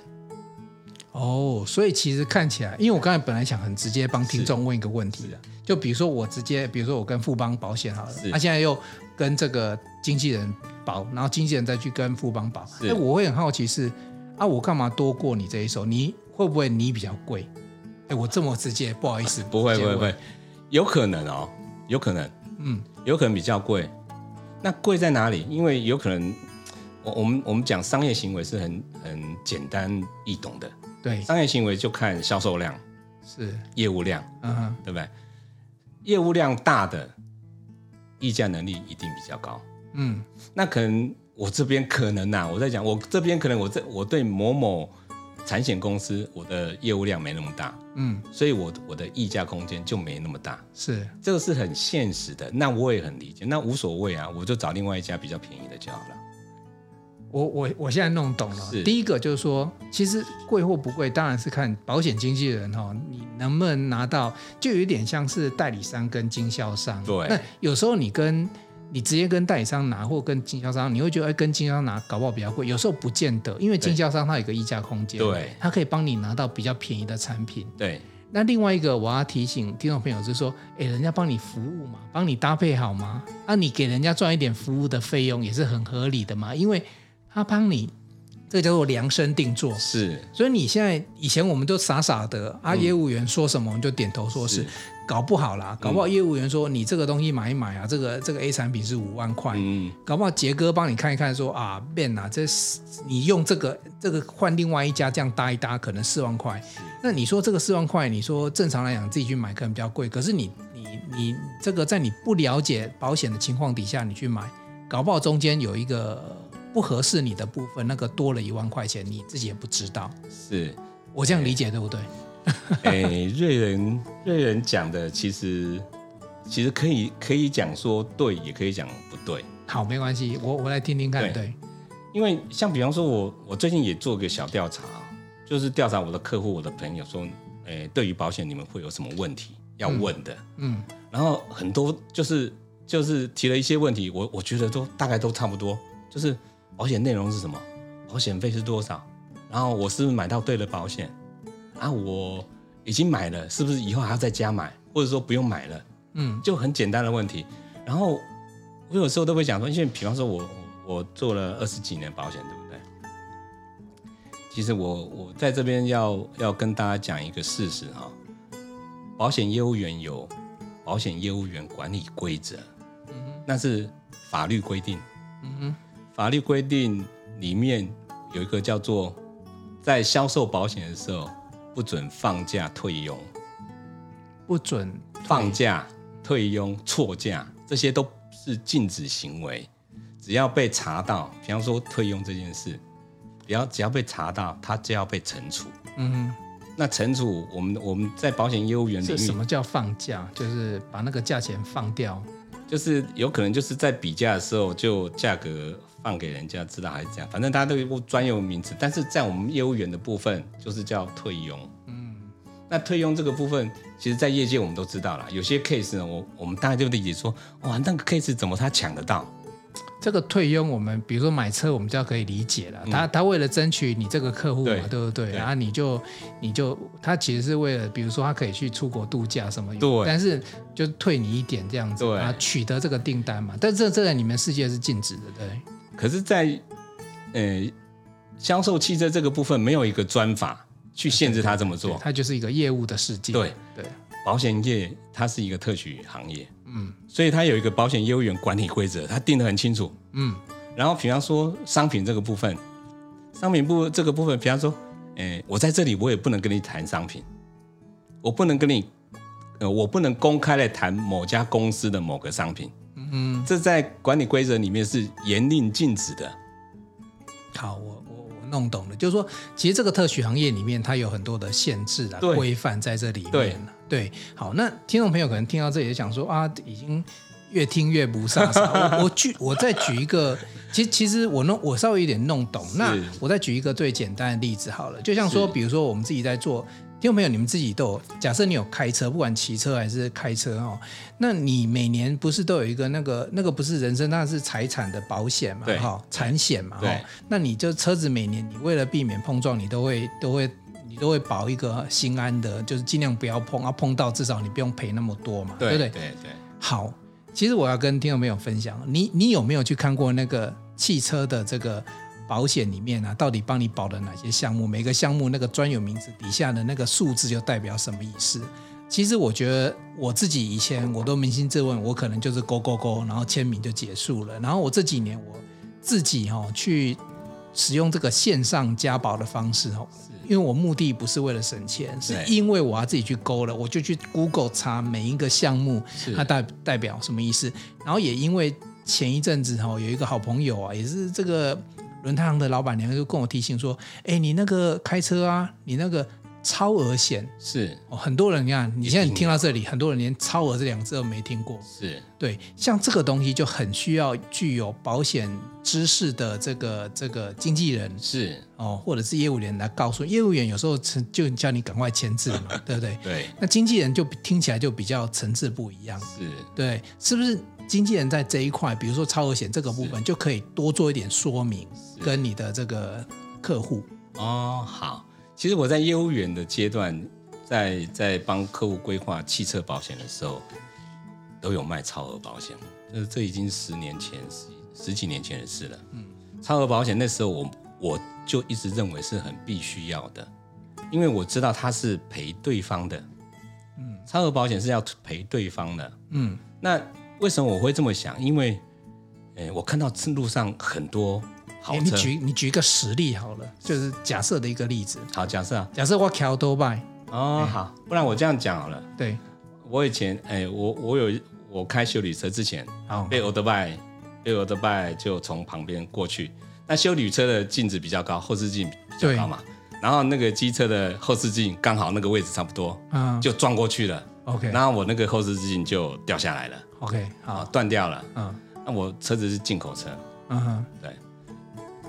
Speaker 1: 哦，所以其实看起来，因为我刚才本来想很直接帮听
Speaker 2: 是
Speaker 1: 众问一个问题
Speaker 2: 是啊
Speaker 1: 就比如说我直接，比如说我跟富邦保险好了，
Speaker 2: 是
Speaker 1: 他、现在又跟这个经纪人保，然后经纪人再去跟富邦保，
Speaker 2: 是
Speaker 1: 那我会很好奇是啊，我干嘛多过你这一手？你会不会你比较贵？哎，我这么直接，啊不好意思，
Speaker 2: 不会，
Speaker 1: 直
Speaker 2: 不
Speaker 1: 接
Speaker 2: 会，
Speaker 1: 问
Speaker 2: 不会，，有可能哦，有可能，
Speaker 1: 嗯，
Speaker 2: 有可能比较贵。那贵在哪里？因为有可能，我我们我们讲商业行为是很很简单易懂的，
Speaker 1: 对，
Speaker 2: 商业行为就看销售量、
Speaker 1: 是，
Speaker 2: 业务量，
Speaker 1: 嗯哼，
Speaker 2: 对不对？业务量大的，议价能力一定比较高。
Speaker 1: 嗯
Speaker 2: 那可能我这边可能呐、我在讲我这边可能我这我对某某产险公司我的业务量没那么大，
Speaker 1: 嗯，
Speaker 2: 所以我我的议价空间就没那么大，
Speaker 1: 是，
Speaker 2: 这个是很现实的。那我也很理解，那无所谓啊，我就找另外一家比较便宜的就好了。
Speaker 1: 我我我现在弄懂了
Speaker 2: 是。
Speaker 1: 第一个就是说，其实贵或不贵，当然是看保险经纪人哈、哦，你能不能拿到，就有点像是代理商跟经销商。
Speaker 2: 对
Speaker 1: 那有时候你跟你直接跟代理商拿或跟经销商，你会觉得哎，跟经销商拿搞不好比较贵，有时候不见得，因为经销商它有个议价空间，
Speaker 2: 对
Speaker 1: 它可以帮你拿到比较便宜的产品。
Speaker 2: 对
Speaker 1: 那另外一个我要提醒听众朋友就是说，哎，人家帮你服务嘛，帮你搭配好吗？啊，你给人家赚一点服务的费用也是很合理的嘛，因为他帮你，这个叫做量身定做。
Speaker 2: 是
Speaker 1: 所以你现在以前我们都傻傻的啊，业务员说什么我们就点头说是，
Speaker 2: 是
Speaker 1: 搞不好啦，搞不好业务员说、你这个东西买一买啊，这个这个 A 产品是五万块，
Speaker 2: 嗯
Speaker 1: 搞不好杰哥帮你看一看说啊，Ben 啊，这是你用这个这个换另外一家这样搭一搭，可能四万块。那你说这个四万块，你说正常来讲自己去买可能比较贵，可是你你你这个在你不了解保险的情况底下你去买，搞不好中间有一个不合适你的部分，那个多了一万块钱，你自己也不知道。
Speaker 2: 是。
Speaker 1: 我这样理解对不对？
Speaker 2: 哎、瑞仁瑞仁讲的其实其实可以可以讲说对，也可以讲不对，
Speaker 1: 好，没关系，我我来听听看。对，
Speaker 2: 对因为像比方说我我最近也做个小调查，就是调查我的客户、我的朋友说，哎、对于保险你们会有什么问题要问的？
Speaker 1: 嗯，
Speaker 2: 然后很多就是就是提了一些问题，我我觉得都大概都差不多，就是保险内容是什么，保险费是多少，然后我是不是买到对的保险啊？我已经买了，是不是以后还要再加买，或者说不用买了？
Speaker 1: 嗯，
Speaker 2: 就很简单的问题。然后我有时候都会讲说，因为比方说我我我做了二十几年保险，对不对？其实我我在这边要要跟大家讲一个事实哈、保险业务员有保险业务员管理规则，
Speaker 1: 嗯
Speaker 2: 那是法律规定。法律规定里面有一个叫做，在销售保险的时候不准放假退佣，
Speaker 1: 不准
Speaker 2: 放假、退佣、错价，这些都是禁止行为。只要被查到，比方说退佣这件事，只要只要被查到，他就要被惩处。
Speaker 1: 嗯，
Speaker 2: 那惩处，我们我们在保险业务员领
Speaker 1: 这
Speaker 2: 域
Speaker 1: 什，么叫放假？就是把那个价钱放掉。
Speaker 2: 就是有可能就是在比价的时候就价格放给人家知道还是这样，反正它都有个专有名词。但是在我们业务员的部分，就是叫退佣。嗯，那退佣这个部分，其实在业界我们都知道了，有些 case 呢，我我们大家就理解说，哇，那个 case 怎么他抢得到？
Speaker 1: 这个退佣，我们比如说买车，我们就要可以理解了。他他为了争取你这个客户嘛，
Speaker 2: 嗯对
Speaker 1: 对不对？
Speaker 2: 对
Speaker 1: 然后你就你就他其实是为了，比如说他可以去出国度假什么，
Speaker 2: 对
Speaker 1: 但是就退你一点这样子，
Speaker 2: 对
Speaker 1: 啊，取得这个订单嘛。但这这在你们世界是禁止的，对？
Speaker 2: 可是在，呃销售汽车这个部分，没有一个专法去限制他这么做。
Speaker 1: 它就是一个业务的世界，
Speaker 2: 对
Speaker 1: 对，
Speaker 2: 保险业它是一个特许行业，
Speaker 1: 嗯
Speaker 2: 所以它有一个保险业务员管理规则，它定得很清楚。
Speaker 1: 嗯
Speaker 2: 然后，比方说商品这个部分，商品部这个部分，比方说，诶，我在这里我也不能跟你谈商品，我不能跟你，呃，我不能公开来谈某家公司的某个商品，
Speaker 1: 嗯嗯。
Speaker 2: 这在管理规则里面是严令禁止的。
Speaker 1: 好，我我我弄懂了，就是说，其实这个特许行业里面，它有很多的限制啊、
Speaker 2: 对
Speaker 1: 规范在这里面
Speaker 2: 对
Speaker 1: 啊对，好，那听众朋友可能听到这里就想说啊，已经越听越不飒飒。我我举我再举一个，其实其实我弄我稍微有点弄懂。那我再举一个最简单的例子好了，就像说，
Speaker 2: 是
Speaker 1: 比如说我们自己在做。听众朋友，你们自己都有，假设你有开车，不管骑车还是开车哦，那你每年不是都有一个那个那个不是人身，那是财产的保险嘛，
Speaker 2: 对
Speaker 1: 哈、产险嘛，
Speaker 2: 对
Speaker 1: 哈，那你就车子每年你为了避免碰撞，你都会都会你都会保一个心安的，就是尽量不要碰啊，碰到至少你不用赔那么多嘛，对不
Speaker 2: 对
Speaker 1: 对？
Speaker 2: 对对，
Speaker 1: 好，其实我要跟听众朋友分享，你你有没有去看过那个汽车的这个保险里面啊，到底帮你保了哪些项目？每个项目那个专有名词底下的那个数字又代表什么意思？其实我觉得我自己以前我都扪心自问，我可能就是勾勾勾，然后签名就结束了。然后我这几年我自己哈、哦、去使用这个线上加保的方式哦，因为我目的不是为了省钱，是
Speaker 2: 对
Speaker 1: 因为我要自己去勾了，我就去 Google 查每一个项目
Speaker 2: 是
Speaker 1: 它代代表什么意思。然后也因为前一阵子哈、哦，有一个好朋友啊，也是这个轮胎行的老板娘就跟我提醒说，哎，你那个开车啊，你那个超额险。
Speaker 2: 是
Speaker 1: 哦，很多人你看，你现在你听到这里，很多人连超额这两个字都没听过。
Speaker 2: 是，
Speaker 1: 对，像这个东西就很需要具有保险知识的这个这个经纪人
Speaker 2: 是，
Speaker 1: 哦，或者是业务员来告诉业务员，有时候是就叫你赶快签字嘛，对不对？
Speaker 2: 对，
Speaker 1: 那经纪人就听起来就比较层次不一样，
Speaker 2: 是，
Speaker 1: 对，是不是？经纪人在这一块，比如说超额险这个部分，就可以多做一点说明，跟你的这个客户。
Speaker 2: 哦，好。其实我在业务员的阶段，在在帮客户规划汽车保险的时候，都有卖超额保险。这这已经十年前、十十几年前的事了。嗯，超额保险那时候我我就一直认为是很必须要的，因为我知道它是赔对方的。嗯，超额保险是要赔对方的。
Speaker 1: 嗯，
Speaker 2: 那为什么我会这么想？因为，诶，我看到路上很多豪
Speaker 1: 诶你
Speaker 2: 车。
Speaker 1: 举你举一个实例好了，就是假设的一个例子，
Speaker 2: 好，假设啊，
Speaker 1: 假设我桥多拜，
Speaker 2: 哦，好，不然我这样讲好了。
Speaker 1: 对，
Speaker 2: 我以前，哎、我我有我开修理车之前，
Speaker 1: 好，
Speaker 2: 被 o l d b y 被 o l d b y 就从旁边过去。那修理车的镜子比较高，后视镜比较高嘛。然后那个机车的后视镜刚好那个位置差不多，
Speaker 1: 嗯
Speaker 2: 就撞过去了。
Speaker 1: ，OK，
Speaker 2: 然后我那个后视镜就掉下来了，
Speaker 1: OK，
Speaker 2: 啊，
Speaker 1: 好，
Speaker 2: 断掉了。
Speaker 1: 嗯
Speaker 2: 那我车子是进口车，
Speaker 1: 嗯哼，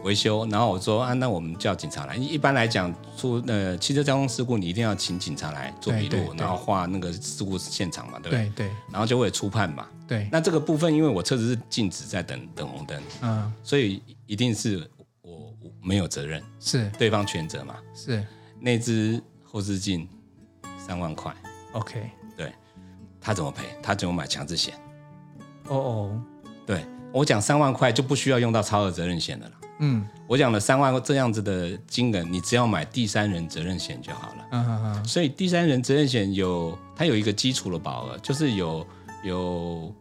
Speaker 2: 维修，然后我说啊，那我们叫警察来。一般来讲，出呃汽车交通事故，你一定要请警察来做笔
Speaker 1: 对对
Speaker 2: 录，
Speaker 1: 对
Speaker 2: 然后画那个事故现场嘛，对不对？
Speaker 1: 对对
Speaker 2: 然后就会有初判嘛。
Speaker 1: 对，
Speaker 2: 那这个部分，因为我车子是静止在等等红灯，
Speaker 1: 嗯，
Speaker 2: 所以一定是我我没有责任，
Speaker 1: 是
Speaker 2: 对方全责嘛。
Speaker 1: 是
Speaker 2: 那只后视镜三万块，
Speaker 1: ，OK，
Speaker 2: 对他怎么赔？他怎么买强制险？
Speaker 1: 哦哦，
Speaker 2: 对我讲三万块就不需要用到超额责任险的了啦。
Speaker 1: 嗯
Speaker 2: 我讲了三万这样子的金额，你只要买第三人责任险就好了。
Speaker 1: 嗯嗯嗯，
Speaker 2: 所以第三人责任险有它有一个基础的保额，就是有有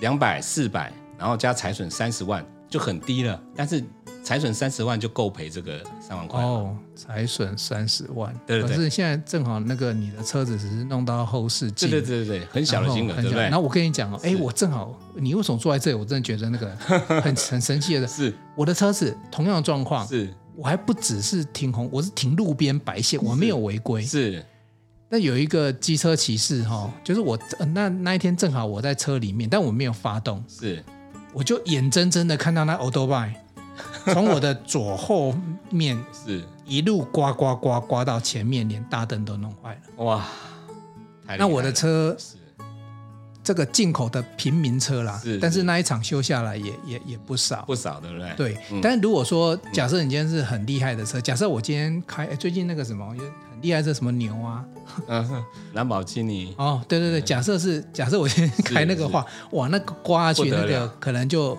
Speaker 2: 两百、四百，然后加财损三十万，就很低了。但是财损三十万就够赔这个三万块。
Speaker 1: 哦，财损三十万，
Speaker 2: 对对对
Speaker 1: 可是现在正好那个你的车子只是弄到后视
Speaker 2: 对
Speaker 1: 镜，
Speaker 2: 对对对对，很
Speaker 1: 哦很
Speaker 2: 小的金额，对不对
Speaker 1: 然？后我跟你讲哦，哎，
Speaker 2: 是
Speaker 1: 我正好，你为什么坐在这里？我真的觉得那 个很很神奇的是，
Speaker 2: 是
Speaker 1: 我的车子同样的状况，
Speaker 2: 是
Speaker 1: 我还不只是停红，我是停路边白线，我没有违规。
Speaker 2: 是
Speaker 1: 那有一个机车骑士哈、就是我呃那那一天正好我在车里面，但我没有发动，
Speaker 2: 是，
Speaker 1: 我就眼睁睁的看到那 o d o b i 从我的左后面
Speaker 2: 是
Speaker 1: 一路刮刮刮刮到前面，连大灯都弄坏了。
Speaker 2: 哇！太厉害
Speaker 1: 那我的
Speaker 2: 了
Speaker 1: 车
Speaker 2: 是
Speaker 1: 这个进口的平民车啦，
Speaker 2: 是
Speaker 1: 但是
Speaker 2: 是
Speaker 1: 那一场修下来也也也不少。
Speaker 2: 不少，嗯对不对？
Speaker 1: 对，但是如果说假设你今天是很厉害的车，假设我今天开诶最近那个什么很厉害，这什么牛啊，
Speaker 2: 嗯，兰博基尼
Speaker 1: 哦，对
Speaker 2: 嗯
Speaker 1: 对对，假设是假设我先开那个话，哇，那个刮下去
Speaker 2: 不
Speaker 1: 那
Speaker 2: 得了
Speaker 1: 个可能就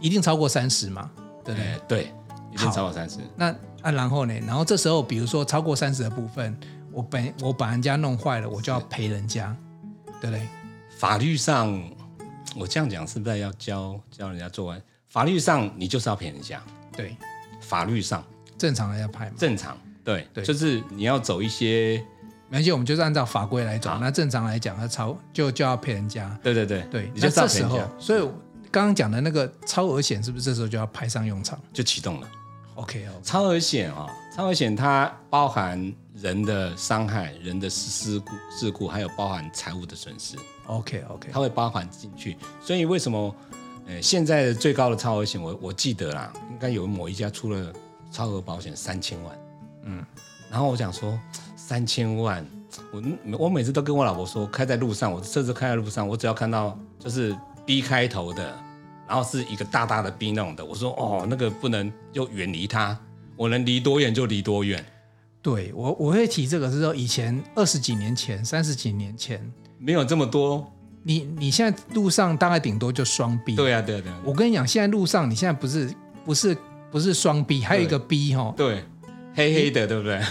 Speaker 1: 一定超过三十嘛，对不对？
Speaker 2: 哎对，一定超过三十。
Speaker 1: 那啊，然后呢？然后这时候比如说超过三十的部分，我本我把人家弄坏了，我就要赔人家，对不对？
Speaker 2: 法律上，我这样讲是不是要教教人家做完？法律上你就是要赔人家，
Speaker 1: 对，
Speaker 2: 法律上
Speaker 1: 正常的要拍嘛，
Speaker 2: 正常，对，
Speaker 1: 对
Speaker 2: 就是你要走一些，
Speaker 1: 没关系，我们就是按照法规来走。
Speaker 2: 好
Speaker 1: 那正常来讲，他超就就要赔人家，
Speaker 2: 对对对，
Speaker 1: 对。
Speaker 2: 你就是
Speaker 1: 那这
Speaker 2: 要赔
Speaker 1: 时
Speaker 2: 人
Speaker 1: 候
Speaker 2: 家，，
Speaker 1: 所以我刚刚讲的那个超额险是不是这时候就要派上用场
Speaker 2: 就启动了。
Speaker 1: ？OK 哦，
Speaker 2: 超额险啊、超额险它包含人的伤害、人的事故、事故，还有包含财务的损失，
Speaker 1: OK OK，
Speaker 2: 它会包含进去。所以为什么，呃，现在的最高的超额险，我我记得啦，应该有某一家出了超额保险三千万，嗯，然后我想说三千万，我我每次都跟我老婆说，开在路上，我车子开在路上，我只要看到就是 B 开头的，然后是一个大大的 B 那种的，我说哦，那个不能就远离它，我能离多远就离多远，
Speaker 1: 对我我会提这个是说，以前二十几年前、三十几年前，
Speaker 2: 没有这么多，
Speaker 1: 你你现在路上大概顶多就双 B。、
Speaker 2: 对啊，对啊，对啊，
Speaker 1: 我跟你讲，现在路上你现在不是不是不是双 B，还有一个 B 哈，
Speaker 2: 对，黑黑的，对不对？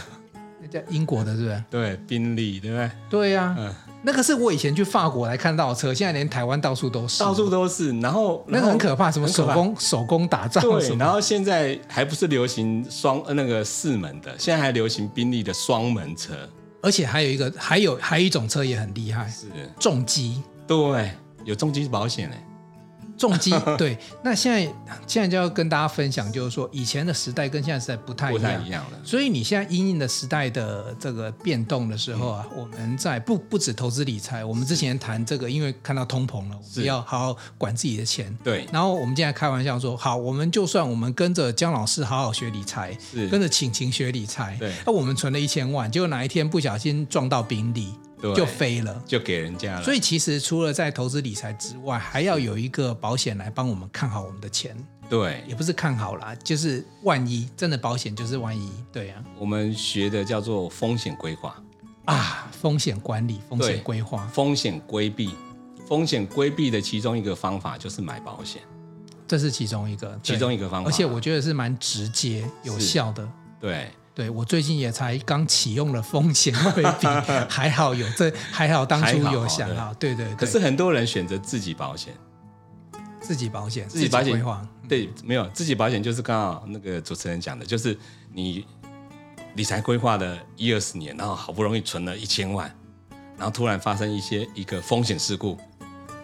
Speaker 1: 那叫英国的，是不是？
Speaker 2: 对，宾利，对不对？
Speaker 1: 对呀、
Speaker 2: 嗯
Speaker 1: 那个是我以前去法国来看到的车，现在连台湾到处都是，
Speaker 2: 到处都是，然后
Speaker 1: 那个很可怕，什么
Speaker 2: 很可
Speaker 1: 手
Speaker 2: 怕
Speaker 1: 工手工打仗什
Speaker 2: 对，
Speaker 1: 么。
Speaker 2: 然后现在还不是流行双呃那个四门的，现在还流行宾利的双门车，
Speaker 1: 而且还有一个，还有还有一种车也很厉害，
Speaker 2: 是，
Speaker 1: 重机。
Speaker 2: 对，有重疾保险哎，
Speaker 1: 重 机对。那现在现在就要跟大家分享，就是说以前的时代跟现在时代不太
Speaker 2: 不
Speaker 1: 一
Speaker 2: 太
Speaker 1: 样
Speaker 2: 一。样了。
Speaker 1: 所以你现在因应的时代的这个变动的时候啊，
Speaker 2: 嗯
Speaker 1: 我们在不不止投资理财，我们之前谈这个，因为看到通膨了，我
Speaker 2: 是
Speaker 1: 们要好好管自己的钱。
Speaker 2: 对，
Speaker 1: 然后我们现在开玩笑说，好，我们就算我们跟着姜老师好好学理财，
Speaker 2: 是
Speaker 1: 跟着晴晴学理财
Speaker 2: 对，
Speaker 1: 那我们存了一千万，结果哪一天不小心撞到冰里
Speaker 2: 对
Speaker 1: 就飞了。
Speaker 2: 就给人家了。
Speaker 1: 所以其实除了在投资理财之外，还要有一个保险来帮我们看好我们的钱，
Speaker 2: 对，
Speaker 1: 也不是看好啦，就是万一真的保险就是万一，对啊。
Speaker 2: 我们学的叫做风险规划、
Speaker 1: 啊，风险管理、风
Speaker 2: 对
Speaker 1: 险规划，
Speaker 2: 风险规避。风险规避的其中一个方法就是买保险，
Speaker 1: 这是其中一个，
Speaker 2: 其
Speaker 1: 对
Speaker 2: 中一个方法。
Speaker 1: 而且我觉得是蛮直接有效的。
Speaker 2: 对
Speaker 1: 对我最近也才刚启用了风险规 避，还好有这，还好当初
Speaker 2: 还好
Speaker 1: 有想到，对对对，
Speaker 2: 可是很多人选择自己保险，
Speaker 1: 自己保险、
Speaker 2: 自己保险
Speaker 1: 规划，嗯
Speaker 2: 对，没有自己保险就是刚好那个主持人讲的，就是你理财规划了一二十年，然后好不容易存了一千万，然后突然发生一些一个风险事故，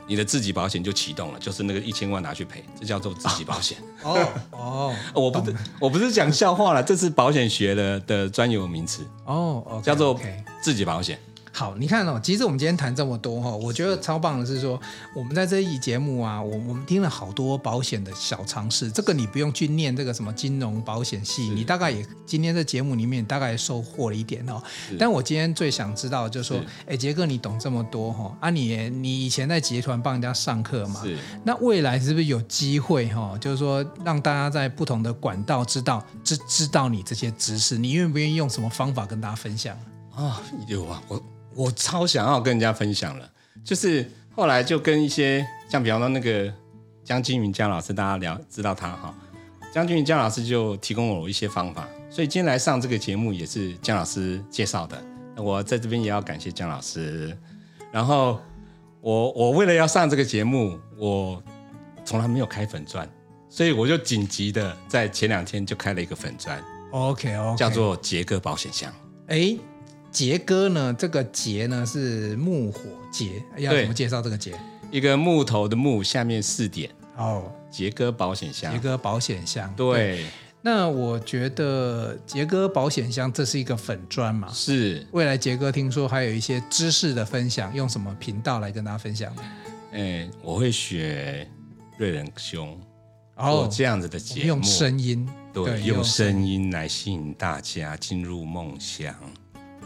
Speaker 2: 你的自己保险就启动了，就是那个一千万拿去赔，这叫做自己保险。，
Speaker 1: 哦哦
Speaker 2: 我不
Speaker 1: 懂
Speaker 2: 是
Speaker 1: 了
Speaker 2: 我不是讲笑话了，这是保险学的的专有名词，
Speaker 1: 哦，OK，
Speaker 2: 叫做
Speaker 1: OK
Speaker 2: 自己保险。
Speaker 1: 好，你看哦，其实我们今天谈这么多哈、哦，我觉得超棒的是说，我们在这一集节目啊，我我们听了好多保险的小常识，这个你不用去念这个什么金融保险系，
Speaker 2: 是
Speaker 1: 你大概也今天在节目里面大概也收获了一点哦
Speaker 2: 是。
Speaker 1: 但我今天最想知道的就是说
Speaker 2: 是，
Speaker 1: 哎，杰哥你懂这么多哈、啊你也你以前在集团帮人家上课嘛，
Speaker 2: 是
Speaker 1: 那未来是不是有机会哈、哦？就是说，让大家在不同的管道知道知知道你这些知识，你愿不愿意用什么方法跟大家分享？
Speaker 2: 啊，有啊，我我超想要跟人家分享了，就是后来就跟一些像比方说那个江金云江老师，大家聊知道他哈，江金云江老师就提供我一些方法，所以今天来上这个节目也是江老师介绍的，那我在这边也要感谢江老师。然后我我为了要上这个节目，我从来没有开粉钻，所以我就紧急的在前两天就开了一个粉钻，
Speaker 1: OK OK，
Speaker 2: 叫做杰哥保险箱。
Speaker 1: 哎，杰哥呢？这个杰呢是木火杰，要
Speaker 2: 对
Speaker 1: 怎么介绍这个杰？
Speaker 2: 一个木头的木，下面四点，
Speaker 1: 哦，
Speaker 2: 杰哥保险箱
Speaker 1: 杰。哥保险箱。，
Speaker 2: 对，
Speaker 1: 那我觉得杰哥保险箱这是一个粉砖嘛。
Speaker 2: 是，
Speaker 1: 未来杰哥听说还有一些知识的分享，用什么频道来跟大家分享呢？
Speaker 2: 哎，我会学瑞仁兄做
Speaker 1: 哦，
Speaker 2: 这样子的
Speaker 1: 我
Speaker 2: 节
Speaker 1: 们
Speaker 2: 目，
Speaker 1: 用声音，
Speaker 2: 对，用声音来吸引大家进入梦乡。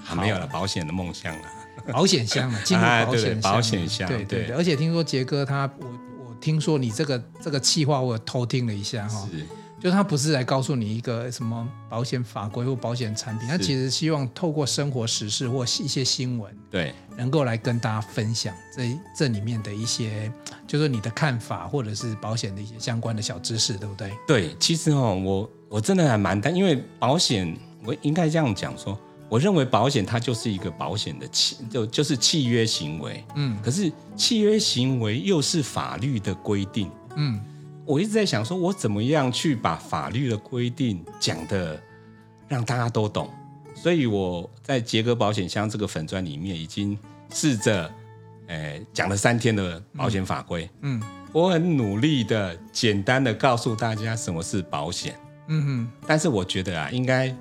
Speaker 2: 啊，没有了，保险的梦乡啊，
Speaker 1: 保险 箱嘛，进入
Speaker 2: 哎
Speaker 1: 保
Speaker 2: 对对
Speaker 1: 险箱嘛，
Speaker 2: 保险箱
Speaker 1: 对对
Speaker 2: 对
Speaker 1: 对。而且听说杰哥他，我我听说你这个这个气话，我有偷听了一下哈、
Speaker 2: 是
Speaker 1: 就他不是来告诉你一个什么保险法规或保险产品，他其实希望透过生活实事或一些新闻，
Speaker 2: 对，
Speaker 1: 能够来跟大家分享这这里面的一些，就是你的看法或者是保险的一些相关的小知识，对不对？
Speaker 2: 对，其实哦，我我真的还蛮担，因为保险，我应该这样讲说，我认为保险它就是一个保险的契，就就是契约行为。
Speaker 1: 嗯
Speaker 2: 可是契约行为又是法律的规定，
Speaker 1: 嗯，
Speaker 2: 我一直在想说，我怎么样去把法律的规定讲的让大家都懂。所以我在杰哥保险箱这个粉砖里面已经试着，呃，讲了三天的保险法规。
Speaker 1: 嗯
Speaker 2: 我很努力的、简单的告诉大家什么是保险，
Speaker 1: 嗯
Speaker 2: 但是我觉得啊，应该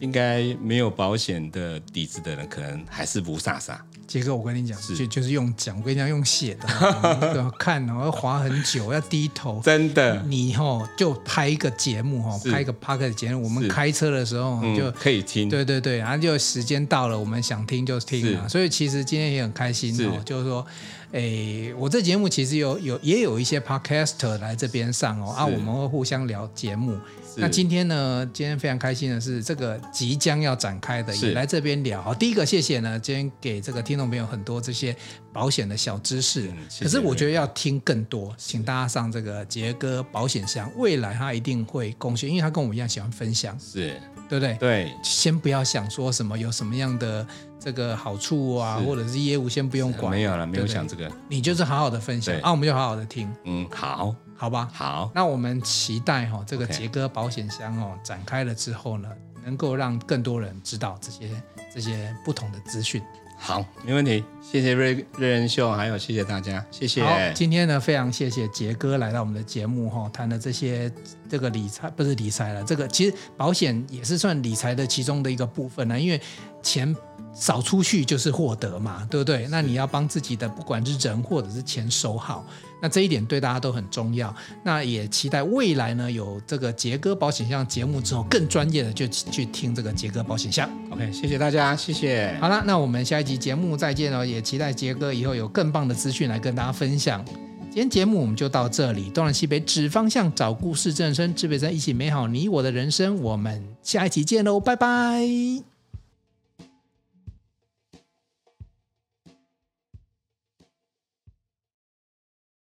Speaker 2: 应该没有保险的底子的人，可能还是不傻傻。
Speaker 1: 哼，杰哥，我跟你讲，
Speaker 2: 是
Speaker 1: 就就是用讲，我跟你讲，用写的，你那个看哦，要划很久，要低头，
Speaker 2: 真的，
Speaker 1: 你哦，就拍一个节目哦，
Speaker 2: 是
Speaker 1: 拍一个 p a r k 的节目，我
Speaker 2: 是
Speaker 1: 们开车的时候哦
Speaker 2: 嗯，
Speaker 1: 就
Speaker 2: 可以听，
Speaker 1: 对对对，然后就时间到了，我们想听就听了。所以其实今天也很开心哦
Speaker 2: 是，
Speaker 1: 就是说，诶，我这节目其实有有也有一些 podcaster 来这边上哦，啊，
Speaker 2: 是
Speaker 1: 我们会互相聊节目。
Speaker 2: 是
Speaker 1: 那今天呢，今天非常开心的是，这个即将要展开的
Speaker 2: 是
Speaker 1: 也来这边聊。好第一个，谢谢呢，今天给这个听众朋友很多这些保险的小知识。
Speaker 2: 嗯谢谢
Speaker 1: 可是我觉得要听更多，请大家上这个杰哥保险箱，未来他一定会贡献，因为他跟我们一样喜欢分享，
Speaker 2: 是，
Speaker 1: 对不对？
Speaker 2: 对，
Speaker 1: 先不要想说什么有什么样的这个好处啊，
Speaker 2: 是
Speaker 1: 或者是业务，先不用管。
Speaker 2: 没有了，没有
Speaker 1: 对不对
Speaker 2: 想这个。
Speaker 1: 你就是好好的分享
Speaker 2: 对
Speaker 1: 啊，我们就好好的听，
Speaker 2: 嗯，好，
Speaker 1: 好吧？
Speaker 2: 好，
Speaker 1: 那我们期待哈、哦，这个
Speaker 2: OK
Speaker 1: 杰哥保险箱哦展开了之后呢，能够让更多人知道这些这些不同的资讯。
Speaker 2: 好，没问题，谢谢瑞瑞仁秀，还有谢谢大家，谢谢，
Speaker 1: 好，今天呢，非常谢谢杰哥来到我们的节目哈、谈了这些这个理财不是理财了，这个其实保险也是算理财的其中的一个部分呢，啊因为钱少出去就是获得嘛，对不对？那你要帮自己的不管是人或者是钱守好，那这一点对大家都很重要。那也期待未来呢，有这个杰哥保险箱节目之后，更专业的就去听这个杰哥保险箱。
Speaker 2: OK，谢谢大家，谢谢，
Speaker 1: 好了，那我们下一集节目再见哦，也期待杰哥以后有更棒的资讯来跟大家分享。今天节目我们就到这里，东南西北指方向，找故事正身，指北针，一起美好你我的人生。我们下一集见喽，拜拜。